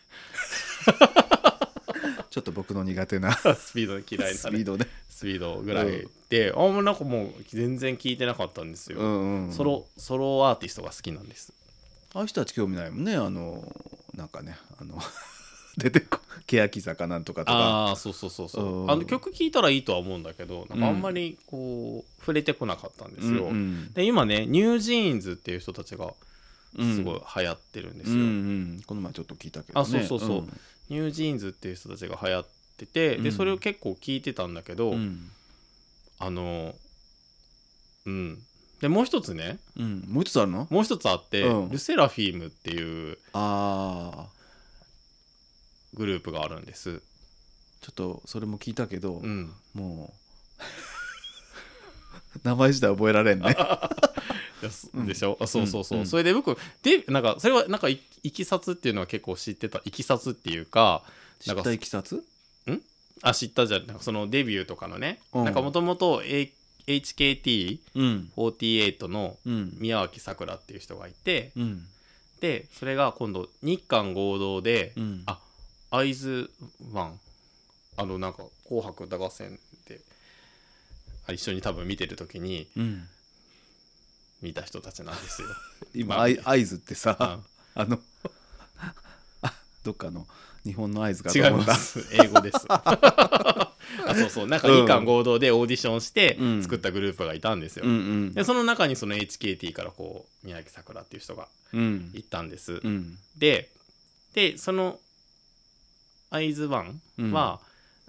Speaker 1: ちょっと僕の苦手な
Speaker 2: スピード嫌い
Speaker 1: ス
Speaker 2: な
Speaker 1: ピー
Speaker 2: ね
Speaker 1: ドで
Speaker 2: スピードぐらいで、あんまなんかもう全然聞いてなかったんですよ、
Speaker 1: んうん
Speaker 2: ソロソロアーティストが好きなんです
Speaker 1: ああいう人たち興味ないもんねあのなんかねあの [laughs] 出てこ欅坂なんとかとか
Speaker 2: ああーそうそうそうそう、
Speaker 1: うん
Speaker 2: あの曲聴いたらいいとは思うんだけどなんかあんまりこう触れてこなかったんです
Speaker 1: う
Speaker 2: よ、
Speaker 1: んうん
Speaker 2: で今ねニュージーンズっていう人たちが
Speaker 1: うん
Speaker 2: すごい流行ってるんです
Speaker 1: うん
Speaker 2: よ、
Speaker 1: うんこの前ちょっと聞いたけどね
Speaker 2: あそうそうそうニュージーンズっていう人たちが流行ってて、
Speaker 1: う
Speaker 2: で
Speaker 1: ん
Speaker 2: それを結構聞いてたんだけど、
Speaker 1: うんうん
Speaker 2: あのうんでもう一つね
Speaker 1: うんもう一つあるの
Speaker 2: もう一つあって、
Speaker 1: うん
Speaker 2: ルセラフィームっていう
Speaker 1: ああ
Speaker 2: グループがあるんです、
Speaker 1: ちょっとそれも聞いたけど
Speaker 2: うん、
Speaker 1: もう [laughs] 名前自体覚えられんね
Speaker 2: でそ
Speaker 1: うん
Speaker 2: でしょ、あそうそうそう、
Speaker 1: うん
Speaker 2: それで僕でなんかそれはなんかいいきさつっていうのは結構知ってたいきさつっていうか
Speaker 1: 知ったいきさつ
Speaker 2: あ知ったじゃんなんかそのデビューとかのね、
Speaker 1: うん
Speaker 2: なんかもともと HKT48
Speaker 1: うん
Speaker 2: の
Speaker 1: うん
Speaker 2: 宮脇さくらっていう人がいて、
Speaker 1: うん
Speaker 2: でそれが今度日韓合同で
Speaker 1: うん
Speaker 2: あ会津ワンあのなんか「紅白歌合戦で」あ一緒に多分見てる時に
Speaker 1: うん
Speaker 2: 見た人たちなんですよ。
Speaker 1: 今
Speaker 2: まあ
Speaker 1: あい合図ってさ、
Speaker 2: うん
Speaker 1: あの [laughs] あどっかの日本の合図かと
Speaker 2: 違い
Speaker 1: 思
Speaker 2: ま
Speaker 1: った
Speaker 2: す英
Speaker 1: [laughs]
Speaker 2: 語ですあそうそうなんか
Speaker 1: うん
Speaker 2: 日韓合同でオーディションして
Speaker 1: うん
Speaker 2: 作ったグループがいたんですよ、
Speaker 1: うんうん
Speaker 2: でその中にその HKT からこう宮城さくらっていう人が
Speaker 1: うん
Speaker 2: 行ったんです、
Speaker 1: うん
Speaker 2: ででそのアイズワンは、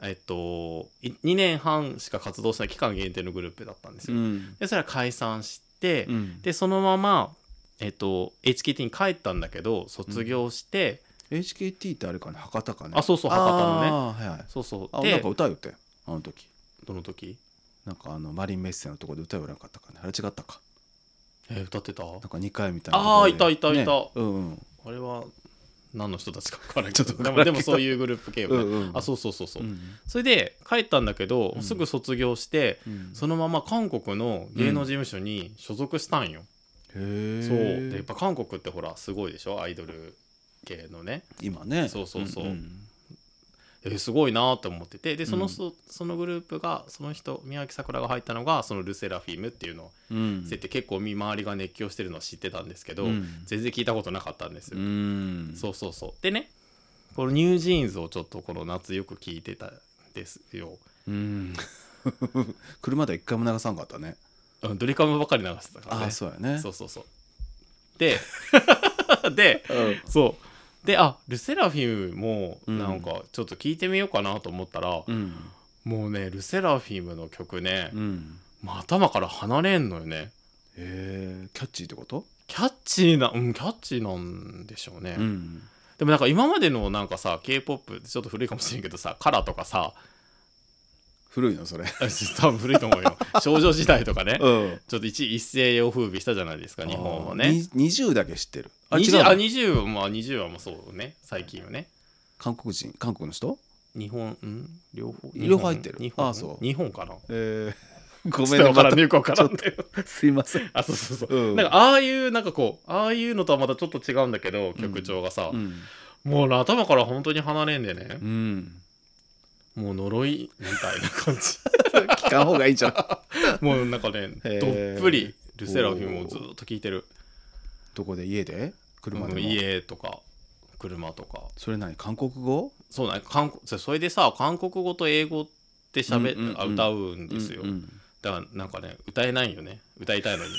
Speaker 2: えっと2年半しか活動した期間限定のグループだったんです
Speaker 1: う
Speaker 2: よ、
Speaker 1: ん
Speaker 2: でそれは解散して、
Speaker 1: うん
Speaker 2: でそのままえっと HKT に帰ったんだけど卒業して、
Speaker 1: HKT ってあれかね博多かね
Speaker 2: あそうそう博多のね
Speaker 1: あーはいはい
Speaker 2: そうそう
Speaker 1: あ
Speaker 2: で
Speaker 1: なんか歌うよってあの時
Speaker 2: どの時
Speaker 1: なんかあのマリンメッセのとこで歌うよなかったかねあれ違ったか
Speaker 2: えー歌ってた
Speaker 1: なんか2回みたいなとこ
Speaker 2: あー
Speaker 1: で
Speaker 2: いたいたいた
Speaker 1: ねうんうん
Speaker 2: あれは何の人たちか分からん
Speaker 1: ち
Speaker 2: け
Speaker 1: ょっと
Speaker 2: ど
Speaker 1: 分
Speaker 2: で
Speaker 1: からんけど
Speaker 2: もでもそういうグループ系
Speaker 1: う
Speaker 2: よね、
Speaker 1: んうん
Speaker 2: あそうそうそうそう、
Speaker 1: うん
Speaker 2: それで帰ったんだけど、
Speaker 1: うん
Speaker 2: すぐ卒業して
Speaker 1: うん
Speaker 2: そのまま韓国の芸能事務所に所属したんよ、
Speaker 1: へー
Speaker 2: そうでやっぱ韓国ってほらすごいでしょアイドル系のね
Speaker 1: 今ね
Speaker 2: そうそうそうんえーすごいなと思っててでその,、
Speaker 1: うん
Speaker 2: そそのグループがその人宮脇さくらが入ったのがそのルセラフィムっていうのを
Speaker 1: うんうん
Speaker 2: 知って結構見回りが熱狂してるのは知ってたんですけど、
Speaker 1: うん
Speaker 2: 全然聞いたことなかったんですよ、
Speaker 1: うん
Speaker 2: そうそうそうでねこのニュージーンズをちょっとこの夏よく聞いてたんですよ
Speaker 1: うん車では一回も流さんかったね
Speaker 2: うんドリカムばっかり流してたからね
Speaker 1: ああそうやね
Speaker 2: そうそうそう
Speaker 1: [laughs]
Speaker 2: ででそうであルセラフィムも
Speaker 1: うん
Speaker 2: なんかちょっと聞いてみようかなと思ったら、
Speaker 1: うん
Speaker 2: もうねルセラフィムの曲ね、
Speaker 1: うん
Speaker 2: もう頭から離れんのよね
Speaker 1: へえキャッチーってこと
Speaker 2: キャッチーなうんキャッチーなんでしょうね、
Speaker 1: うん
Speaker 2: でもなんか今までのなんかさ k p o p ちょっと古いかもしれんけどさカラーとかさ、 [laughs]
Speaker 1: 古いのそれ
Speaker 2: 多分古いと思うよ少女時代とかね
Speaker 1: うん
Speaker 2: ちょっと一一世を風靡したじゃないですか日本は
Speaker 1: あー
Speaker 2: ね
Speaker 1: に20だけ知ってるあ違う
Speaker 2: 20
Speaker 1: の
Speaker 2: あ20まあ20はもうそうね最近はね
Speaker 1: 韓国人韓国の人
Speaker 2: 日本ん両方
Speaker 1: 両方入ってる
Speaker 2: 日本
Speaker 1: あそう
Speaker 2: 日本かな
Speaker 1: えー、 [laughs] ご
Speaker 2: ちょ
Speaker 1: め
Speaker 2: っと
Speaker 1: ん
Speaker 2: 分
Speaker 1: な
Speaker 2: から
Speaker 1: さ
Speaker 2: ん
Speaker 1: い
Speaker 2: ねよく分からんね
Speaker 1: すいません
Speaker 2: [laughs] あそうそうそう、
Speaker 1: うん
Speaker 2: なんかああいうなんかこうああいうのとはまたちょっと違うんだけど曲調がさ、
Speaker 1: うん、
Speaker 2: もうね頭から本当に離れんでね
Speaker 1: う、ん、
Speaker 2: もう呪いみたいな感
Speaker 1: [laughs]
Speaker 2: じ
Speaker 1: 聞かん方がいいじゃん
Speaker 2: もうなんかね
Speaker 1: へー
Speaker 2: どっぷりルセラフィムをずっと聴いてる
Speaker 1: [laughs] どこで家で車でも、
Speaker 2: うん家とか車とか
Speaker 1: それ何韓国語
Speaker 2: そうなん韓国そそれでさ韓国語と英語ってしゃべ、
Speaker 1: うんうんうん
Speaker 2: あ歌うんですよ、
Speaker 1: うんうん
Speaker 2: だからなんかね歌えないよね歌いたいのに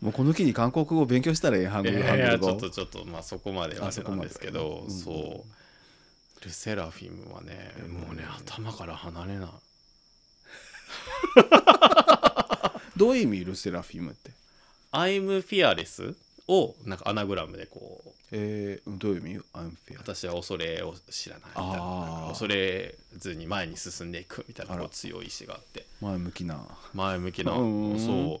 Speaker 1: もうこの機に韓国語を勉強したらええ韓
Speaker 2: いや
Speaker 1: 国語
Speaker 2: いや
Speaker 1: 韓
Speaker 2: ちょ
Speaker 1: 国
Speaker 2: っ
Speaker 1: 語
Speaker 2: とちょっとまあそこまでは
Speaker 1: あ
Speaker 2: ね
Speaker 1: そこ
Speaker 2: なん
Speaker 1: まで
Speaker 2: ですけど
Speaker 1: うん
Speaker 2: そうルセラフィムはねもうね頭から離れない
Speaker 1: どういう意味ルセラフィムって
Speaker 2: 「I'm fearless」をなんかアナグラムでこう
Speaker 1: えー、どういう意味アンフィ
Speaker 2: 「
Speaker 1: ア
Speaker 2: 私は恐れを知らない」みたいな
Speaker 1: あー
Speaker 2: なんか恐れずに前に進んでいくみたいな
Speaker 1: あら
Speaker 2: こう強い意志があって
Speaker 1: 前向きな
Speaker 2: 前向きな、
Speaker 1: うん
Speaker 2: そう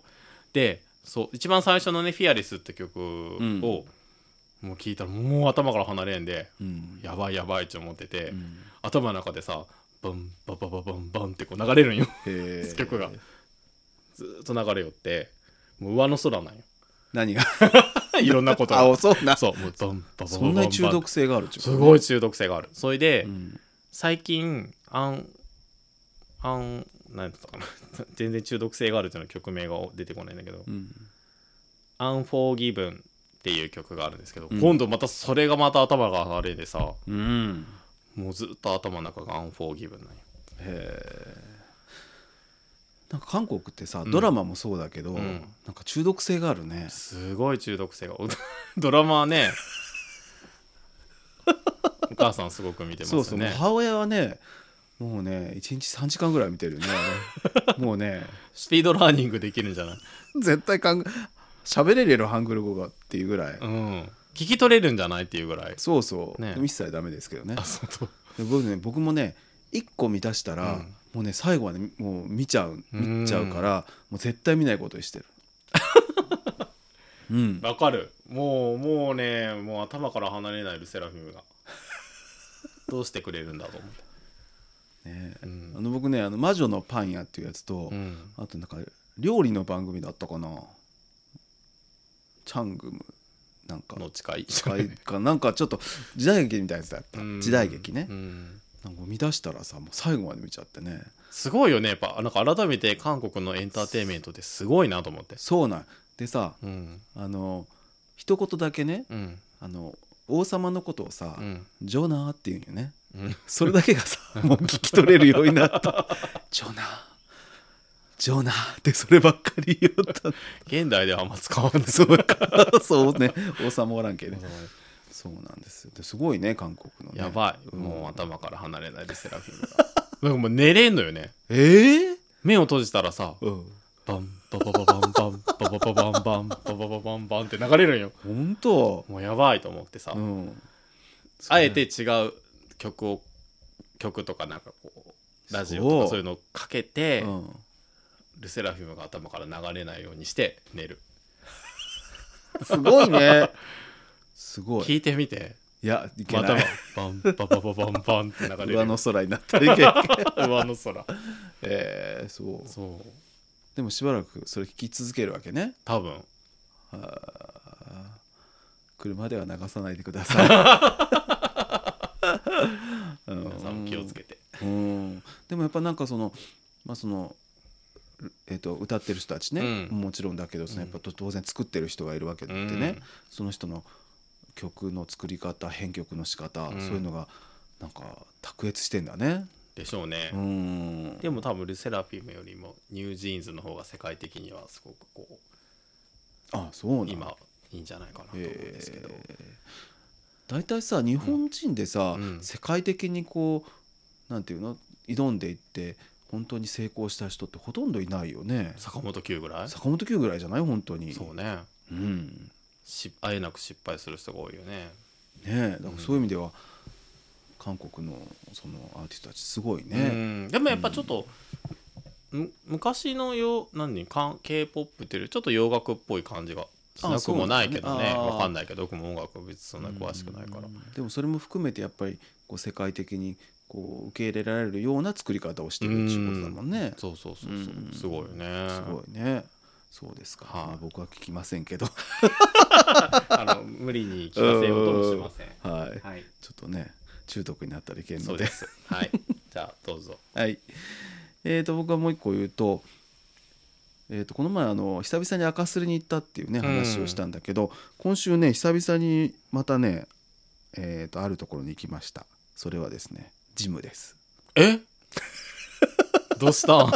Speaker 2: でそう一番最初のね「フィアレス」って曲を、
Speaker 1: ん
Speaker 2: もう聞いたらもう頭から離れんで、
Speaker 1: うん
Speaker 2: やばいやばいって思ってて、
Speaker 1: ん
Speaker 2: 頭の中でさバンババババンバンってこう流れるんよ [laughs]
Speaker 1: へー
Speaker 2: 曲がずーっと流れよってもう上の空なんよ [laughs]
Speaker 1: 何が
Speaker 2: いろんなことが
Speaker 1: あおそうな
Speaker 2: そうもうバンババババンバン
Speaker 1: そんなに中毒性があるってこと
Speaker 2: すごい中毒性があるそれで、
Speaker 1: うん
Speaker 2: 最近アンアン何だったかな [laughs] 全然中毒性があるっていうの曲名が出てこないんだけど、
Speaker 1: うん
Speaker 2: 「Unforgiven」っていう曲があるんですけど、
Speaker 1: うん
Speaker 2: 今度またそれがまた頭が離れでさ
Speaker 1: うん
Speaker 2: もうずっと頭の中が「Unforgiven」なんよ
Speaker 1: なんか韓国ってさドラマもそうだけど、
Speaker 2: ん
Speaker 1: なんか中毒性があるね、
Speaker 2: すごい中毒性が [laughs] ドラマはねお母さんすごく見てます
Speaker 1: そ
Speaker 2: よ
Speaker 1: うそうもう
Speaker 2: ね
Speaker 1: 母親はねもうね1日3時間ぐらい見て
Speaker 2: [laughs]
Speaker 1: るよねもうね
Speaker 2: スピードラーニングできるんじゃない、
Speaker 1: 絶対かん喋れれるハングル語がっていうぐらい、
Speaker 2: うん、聞き取れるんじゃないっていうぐらい
Speaker 1: そうそう、
Speaker 2: ね
Speaker 1: でも一切ダメですけどね
Speaker 2: あそうそう
Speaker 1: で僕ね僕もね1個見出したら、
Speaker 2: うん
Speaker 1: もうね最後はねもう見ちゃう見ちゃうから、もう絶対見ないことにして
Speaker 2: [laughs]
Speaker 1: るうん
Speaker 2: わかるもうもうねもう頭から離れないルセラフィムがどうしてくれるんだと思って、
Speaker 1: ね
Speaker 2: う
Speaker 1: あ
Speaker 2: ん
Speaker 1: の僕ねあの「魔女のパン屋」っていうやつと、
Speaker 2: うん、
Speaker 1: あとなんか料理の番組だったかなチャングムなんか
Speaker 2: の近い
Speaker 1: かなんかちょっと時代劇みたいなやつだった
Speaker 2: うん
Speaker 1: 時代劇ね
Speaker 2: うん
Speaker 1: なんか見出したらさもう最後まで見ちゃってね
Speaker 2: すごいよねやっぱなんか改めて韓国のエンターテインメントってすごいなと思って
Speaker 1: そうなんでさ
Speaker 2: うん
Speaker 1: あの一言だけね
Speaker 2: うん
Speaker 1: あの王様のことをさ、
Speaker 2: うん
Speaker 1: ジョナーっていうんよね
Speaker 2: うん
Speaker 1: それだけが
Speaker 2: [laughs]
Speaker 1: さもう聞き取れるようになったジョナージョナーってそればっかり言おった
Speaker 2: 現代ではあんま使わない
Speaker 1: そうか [laughs] そうね王様おらんけね
Speaker 2: う
Speaker 1: そうなんですよですごいね韓国の
Speaker 2: ん
Speaker 1: ね
Speaker 2: やばい、
Speaker 1: うん
Speaker 2: もう頭から離れないでセラフィムがなんかもう寝れんのよね
Speaker 1: えー
Speaker 2: 目を閉じたらさ
Speaker 1: うん、
Speaker 2: バンババババンバンババババンバンババババンバンって流れるんよ
Speaker 1: 本当
Speaker 2: もうやばいと思ってさ、
Speaker 1: うん
Speaker 2: あえて違う曲を曲とかなんかこうラジオと
Speaker 1: そ
Speaker 2: か
Speaker 1: う
Speaker 2: そういうのをかけて、
Speaker 1: うん
Speaker 2: ルセラフィムが頭から流れないようにして寝る
Speaker 1: すごいねすごい
Speaker 2: 聞いてみて
Speaker 1: いやいけ
Speaker 2: ま
Speaker 1: な
Speaker 2: た
Speaker 1: い
Speaker 2: バンババババンバンって流れる
Speaker 1: 上の空になったりけ
Speaker 2: 上の空
Speaker 1: えー、そう
Speaker 2: そう
Speaker 1: でもしばらくそれ聞き続けるわけね
Speaker 2: 多分
Speaker 1: あー車では流さないでくださ
Speaker 2: [laughs]
Speaker 1: いうん
Speaker 2: 皆さんも気をつけて
Speaker 1: うんでもやっぱなんかその,、まあそのえっと歌ってる人たちね、
Speaker 2: うん
Speaker 1: もちろんだけどその
Speaker 2: う
Speaker 1: や
Speaker 2: ん
Speaker 1: っぱ当然作ってる人がいるわけでね、
Speaker 2: うん
Speaker 1: その人の曲の作り方編曲の仕方、
Speaker 2: うん
Speaker 1: そういうのがなんか卓越してんだね。
Speaker 2: でしょうね、
Speaker 1: うん
Speaker 2: でも多分ルセラフィムよりもニュージーンズの方が世界的にはすごくこう
Speaker 1: あそうなん
Speaker 2: 今いいんじゃないかなと思うんですけど、
Speaker 1: えー大体さ日本人でさ、
Speaker 2: うん
Speaker 1: 世界的にこうなんていうの挑んでいって本当に成功した人ってほとんどいないよね。
Speaker 2: 坂本九ぐらい
Speaker 1: 坂本九ぐらいじゃない本当に。
Speaker 2: そうね
Speaker 1: うん、
Speaker 2: しあえなく失敗する人が多いよね
Speaker 1: ねえだからそういう意味では、韓国のそのアーティストたちすごいうね。
Speaker 2: んでもやっぱちょっと、む昔のよ何か k p o p っていうよりちょっと洋楽っぽい感じがしなくもないけど
Speaker 1: あそうなん
Speaker 2: ね
Speaker 1: だねあー
Speaker 2: わかんないけど僕も音楽は別にそんな詳しくないから、
Speaker 1: でもそれも含めてやっぱりこう世界的にこう受け入れられるような作り方をしてるっていうことだもんね。
Speaker 2: そうそうそうそう、
Speaker 1: うん
Speaker 2: すごいよね
Speaker 1: すごいね。そうですか、
Speaker 2: はい
Speaker 1: まあ僕は聞きませんけど。
Speaker 2: あの無理に聞かせようともしません
Speaker 1: はい。
Speaker 2: はい
Speaker 1: ちょっとね中毒になったらいけん
Speaker 2: そ
Speaker 1: の
Speaker 2: う
Speaker 1: で
Speaker 2: で。すはいじゃあどうぞ
Speaker 1: はい。えー、と僕はもう一個言うと,、えー、とこの前あの久々に赤すりに行ったっていうね
Speaker 2: うん
Speaker 1: 話をしたんだけど、今週ね久々にまたね、えー、とあるところに行きましたそれはですねジム
Speaker 2: [laughs]
Speaker 1: です
Speaker 2: えどうしたん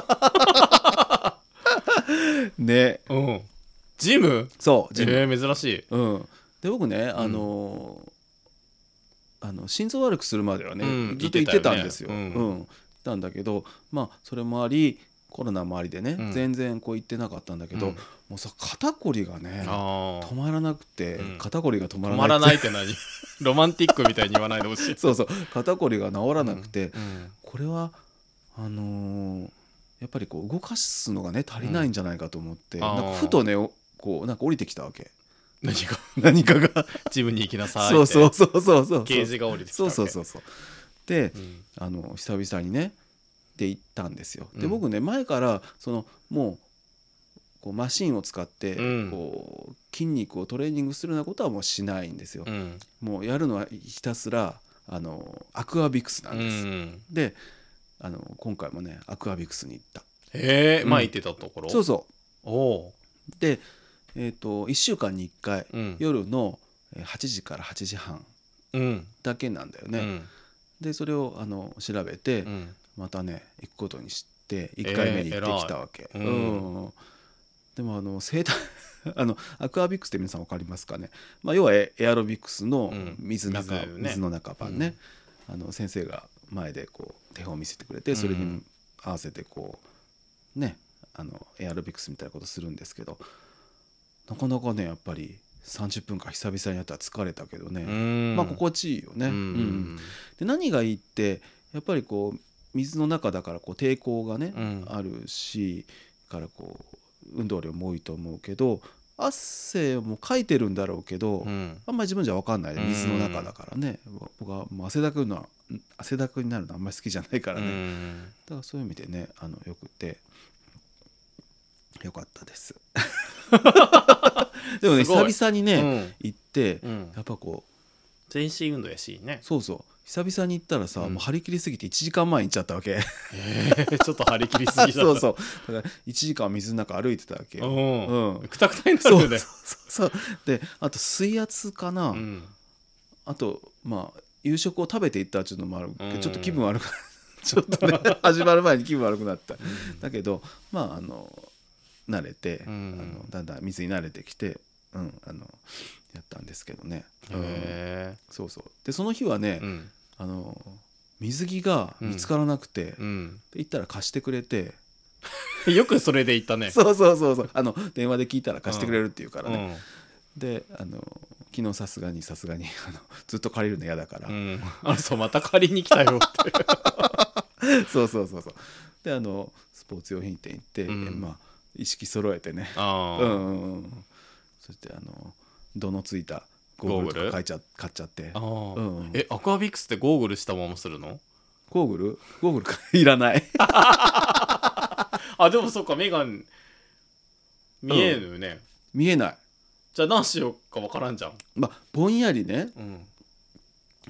Speaker 1: ね
Speaker 2: うんジム
Speaker 1: そうジム、
Speaker 2: えー珍しい
Speaker 1: うん、で僕ねあのーあの心臓悪くするまではね、
Speaker 2: うん
Speaker 1: ずっと行ってたんですよ。
Speaker 2: 言ってた
Speaker 1: う
Speaker 2: よね
Speaker 1: ん行ったんだけどまあそれもありコロナもありでね、
Speaker 2: うん
Speaker 1: 全然こう行ってなかったんだけど、
Speaker 2: うん
Speaker 1: もうさ肩こりがね
Speaker 2: あ
Speaker 1: 止まらなくて、
Speaker 2: うん
Speaker 1: 肩こりが止まら
Speaker 2: 止
Speaker 1: ない
Speaker 2: まら
Speaker 1: い
Speaker 2: ないって何 [laughs] ロマンティックみたいに言わないでほしい
Speaker 1: [laughs] そうそう肩こりが治らなくて、
Speaker 2: うん
Speaker 1: これはあのーやっぱりこう動かすのがね足りないんじゃないかと思って、
Speaker 2: うん
Speaker 1: なんか
Speaker 2: あー
Speaker 1: ふとねおこうなんか降りてきたわけ
Speaker 2: 何か
Speaker 1: 何かが
Speaker 2: ジムに行きなさいって
Speaker 1: そうそうそうそうそう
Speaker 2: ゲージが降りてきた
Speaker 1: そ
Speaker 2: わ
Speaker 1: う
Speaker 2: け
Speaker 1: そうそうそうで
Speaker 2: うん
Speaker 1: あの久々にねで行ったんですよで
Speaker 2: うん
Speaker 1: 僕ね前からそのもうこうマシンを使って
Speaker 2: うん
Speaker 1: こう筋肉をトレーニングするようなことはもうしないんですよ
Speaker 2: うん
Speaker 1: もうやるのはひたすらあのアクアビクスなんです、
Speaker 2: うん
Speaker 1: であの今回もねアクアビクスに行った
Speaker 2: へえ
Speaker 1: うん
Speaker 2: 前行ってたところ
Speaker 1: そうそ
Speaker 2: おう
Speaker 1: うでえっ、と1週間に1回、
Speaker 2: うん
Speaker 1: 夜のえー8時から8時半
Speaker 2: うん
Speaker 1: だけなんだよね、
Speaker 2: うん
Speaker 1: でそれをあの調べて、
Speaker 2: うん
Speaker 1: またね行くことにして1回目に行ってきたわけ、
Speaker 2: 偉いうん
Speaker 1: うんでもあの生体 [laughs] あのアクアビクスって皆さん分かりますかね、まあ、要はエエアロビクスの
Speaker 2: うん
Speaker 1: 水中、
Speaker 2: 水
Speaker 1: 水
Speaker 2: ね
Speaker 1: の中版ね、あの先生が前でこう手本を見せてくれてそれ
Speaker 2: う
Speaker 1: に
Speaker 2: ん
Speaker 1: 合わせてこうねあのエアロビクスみたいなことするんですけどなかなかねやっぱり30分間久々にやったら疲れたけどね、
Speaker 2: うん
Speaker 1: まあ心地いいよね。
Speaker 2: うん
Speaker 1: うんで何がいいってやっぱりこう水の中だからこう抵抗がね、
Speaker 2: うん
Speaker 1: あるしからこう運動量も多いと思うけど汗もかいてるんだろうけど、
Speaker 2: うん
Speaker 1: あんまり自分じゃ分かんないで水の中だからね、僕はもう汗だくの汗だくになるのあんまり好きじゃないからね、だ
Speaker 2: うん
Speaker 1: からそういう意味でねあのよくてよかったです
Speaker 2: [laughs]
Speaker 1: でもね
Speaker 2: すごい
Speaker 1: 久々にね、行って
Speaker 2: うんうん
Speaker 1: やっぱこう
Speaker 2: 全身運動やしね
Speaker 1: そうそう久々に行ったらさ、
Speaker 2: うん
Speaker 1: もう張り切りすぎて1時間前に行っちゃったわ
Speaker 2: [laughs]
Speaker 1: け
Speaker 2: ちょっと張り切りすぎだっ
Speaker 1: [laughs]
Speaker 2: た
Speaker 1: そうそうだから1時間水の中歩いてたわけよ
Speaker 2: うん
Speaker 1: う
Speaker 2: くたくたにな
Speaker 1: そうそ
Speaker 2: るよ
Speaker 1: う
Speaker 2: ね
Speaker 1: そうそうであと水圧かな、
Speaker 2: うん
Speaker 1: あとまあ夕食を食べていったっていうのもあるけど、
Speaker 2: うん
Speaker 1: ちょっと [laughs] 気分悪くなちょっと
Speaker 2: [laughs]
Speaker 1: ね始まる前に気分悪くなった、だけどまああの慣れて、
Speaker 2: うん
Speaker 1: あのだんだん水に慣れてきて、うん、あのやったんですけどね、うん
Speaker 2: へ
Speaker 1: そうそうでその日はね
Speaker 2: え、うん
Speaker 1: あの水着が見つからなくて、
Speaker 2: うん
Speaker 1: で行ったら貸してくれて、
Speaker 2: よくそれで言ったね
Speaker 1: [laughs] そうそうそうそうあの電話で聞いたら貸してくれるって言うからね、
Speaker 2: う
Speaker 1: であの昨日さすがに [laughs] さすがにあのずっと借りるの嫌だから、
Speaker 2: んうんあのそうまた借りに来た
Speaker 1: [laughs]
Speaker 2: よって
Speaker 1: そうそうそうそうであのスポーツ用品店行って、
Speaker 2: うん
Speaker 1: まあ意識揃えてねう
Speaker 2: あ
Speaker 1: ん
Speaker 2: ー
Speaker 1: うんうんそしてあの度のついたゴーグルとか買いちゃ買っちゃって
Speaker 2: あー
Speaker 1: うんうん
Speaker 2: えアクアビクスってゴーグルしたままするの
Speaker 1: ゴーグルゴーグル [laughs] かいらない
Speaker 2: あでもそっかメガネ見えるよね
Speaker 1: 見えない
Speaker 2: じゃあ何しようかわからんじゃん
Speaker 1: まあぼんやりね
Speaker 2: うん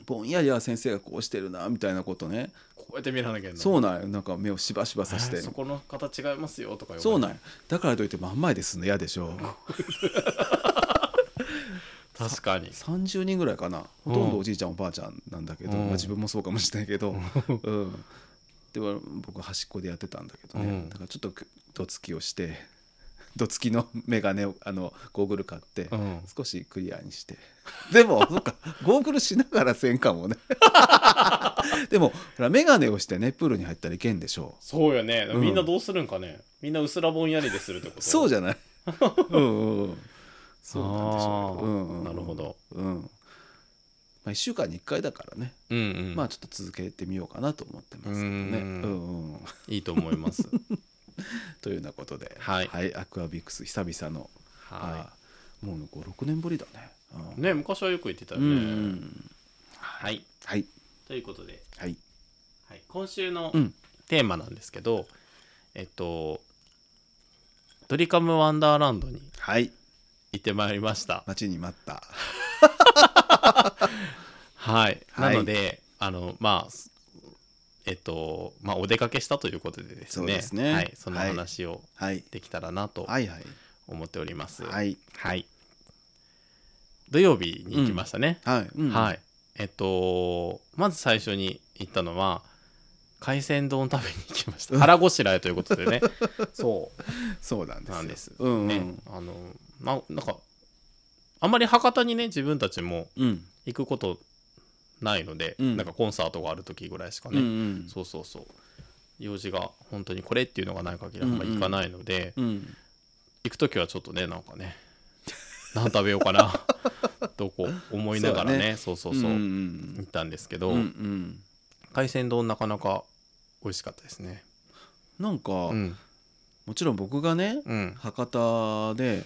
Speaker 1: ぼんやりは先生がこうしてるなみたいなことね
Speaker 2: こうやって見らなきゃいけない
Speaker 1: そうなんなんか目をしばしばさして、
Speaker 2: えーそこの形違いますよとか言われて
Speaker 1: そうなんだからといって真ん前ですんの嫌でしょ
Speaker 2: 確かに
Speaker 1: 30人ぐらいかなほとんどおじいちゃんおばあちゃんなんだけど、
Speaker 2: うん
Speaker 1: まあ、自分もそうかもしれないけど、うん、では僕端っこでやってたんだけどね、
Speaker 2: うん
Speaker 1: だからちょっとどつきをして [laughs] どつきの眼鏡をあのゴーグル買って、
Speaker 2: うん
Speaker 1: 少しクリアにしてでもそっかゴーグルしながらせんかもね [laughs] でもほら眼鏡をしてねプールに入ったらいけんでしょう
Speaker 2: そうよね
Speaker 1: ん
Speaker 2: みんなどうするんかねみんな薄らぼんやりでするってこと
Speaker 1: そう
Speaker 2: じ
Speaker 1: じ
Speaker 2: [laughs]
Speaker 1: ゃないうんうんうんそうなんでしょうけど、
Speaker 2: あー
Speaker 1: うんうんうん
Speaker 2: なるほど、
Speaker 1: うんまあ、1週間に1回だからね
Speaker 2: ゃうんうん
Speaker 1: まあちょっと続けてみようかなと思ってますけどね。
Speaker 2: う
Speaker 1: うんんうん [laughs]
Speaker 2: いいと思います
Speaker 1: というようなことで、
Speaker 2: はい
Speaker 1: アクアビクス久々の、
Speaker 2: は
Speaker 1: あーもうこう6年ぶりだね。
Speaker 2: いね昔はよく言ってた
Speaker 1: う
Speaker 2: よ
Speaker 1: んうんう
Speaker 2: ね
Speaker 1: ん
Speaker 2: はい
Speaker 1: はい
Speaker 2: ということで
Speaker 1: はい
Speaker 2: はい今週の
Speaker 1: うん
Speaker 2: テーマなんですけどえっとドリカムワンダーランドに
Speaker 1: はい
Speaker 2: 行ってまいりました
Speaker 1: 待ちに待った。
Speaker 2: はい、
Speaker 1: はい
Speaker 2: なのであのまあすえっとまあお出かけしたということでです
Speaker 1: そう
Speaker 2: ね
Speaker 1: ですね
Speaker 2: はい、その話を
Speaker 1: はい
Speaker 2: できたらなと
Speaker 1: はいはい
Speaker 2: 思っております、
Speaker 1: はいい
Speaker 2: はい土曜日に行きましたね、
Speaker 1: はい、うん
Speaker 2: はいえっとまず最初に行ったのは海鮮丼食べに行きました腹ごしらえということでねそ
Speaker 1: そうなんです
Speaker 2: う
Speaker 1: よ。
Speaker 2: なんです、
Speaker 1: [laughs] うんうん、
Speaker 2: ねあのななんかあんまり博多にね自分たちも
Speaker 1: うん
Speaker 2: 行くことないので、
Speaker 1: うん
Speaker 2: なんかコンサートがある時ぐらいしか
Speaker 1: うんう
Speaker 2: ね、
Speaker 1: ん
Speaker 2: そうそうそう用事が本当にこれっていうのがない限りあんまり行かないので、
Speaker 1: うん
Speaker 2: 行く時はちょっとねなんかね何食べよう
Speaker 1: [laughs]
Speaker 2: かなとこう思いながらねそうそうそう、
Speaker 1: うん
Speaker 2: 行ったんですけ
Speaker 1: う
Speaker 2: ど、
Speaker 1: んうんうん
Speaker 2: 海鮮丼なかなか美味しかったですね
Speaker 1: なんか、
Speaker 2: うん
Speaker 1: もちろん僕がね
Speaker 2: うん
Speaker 1: 博多で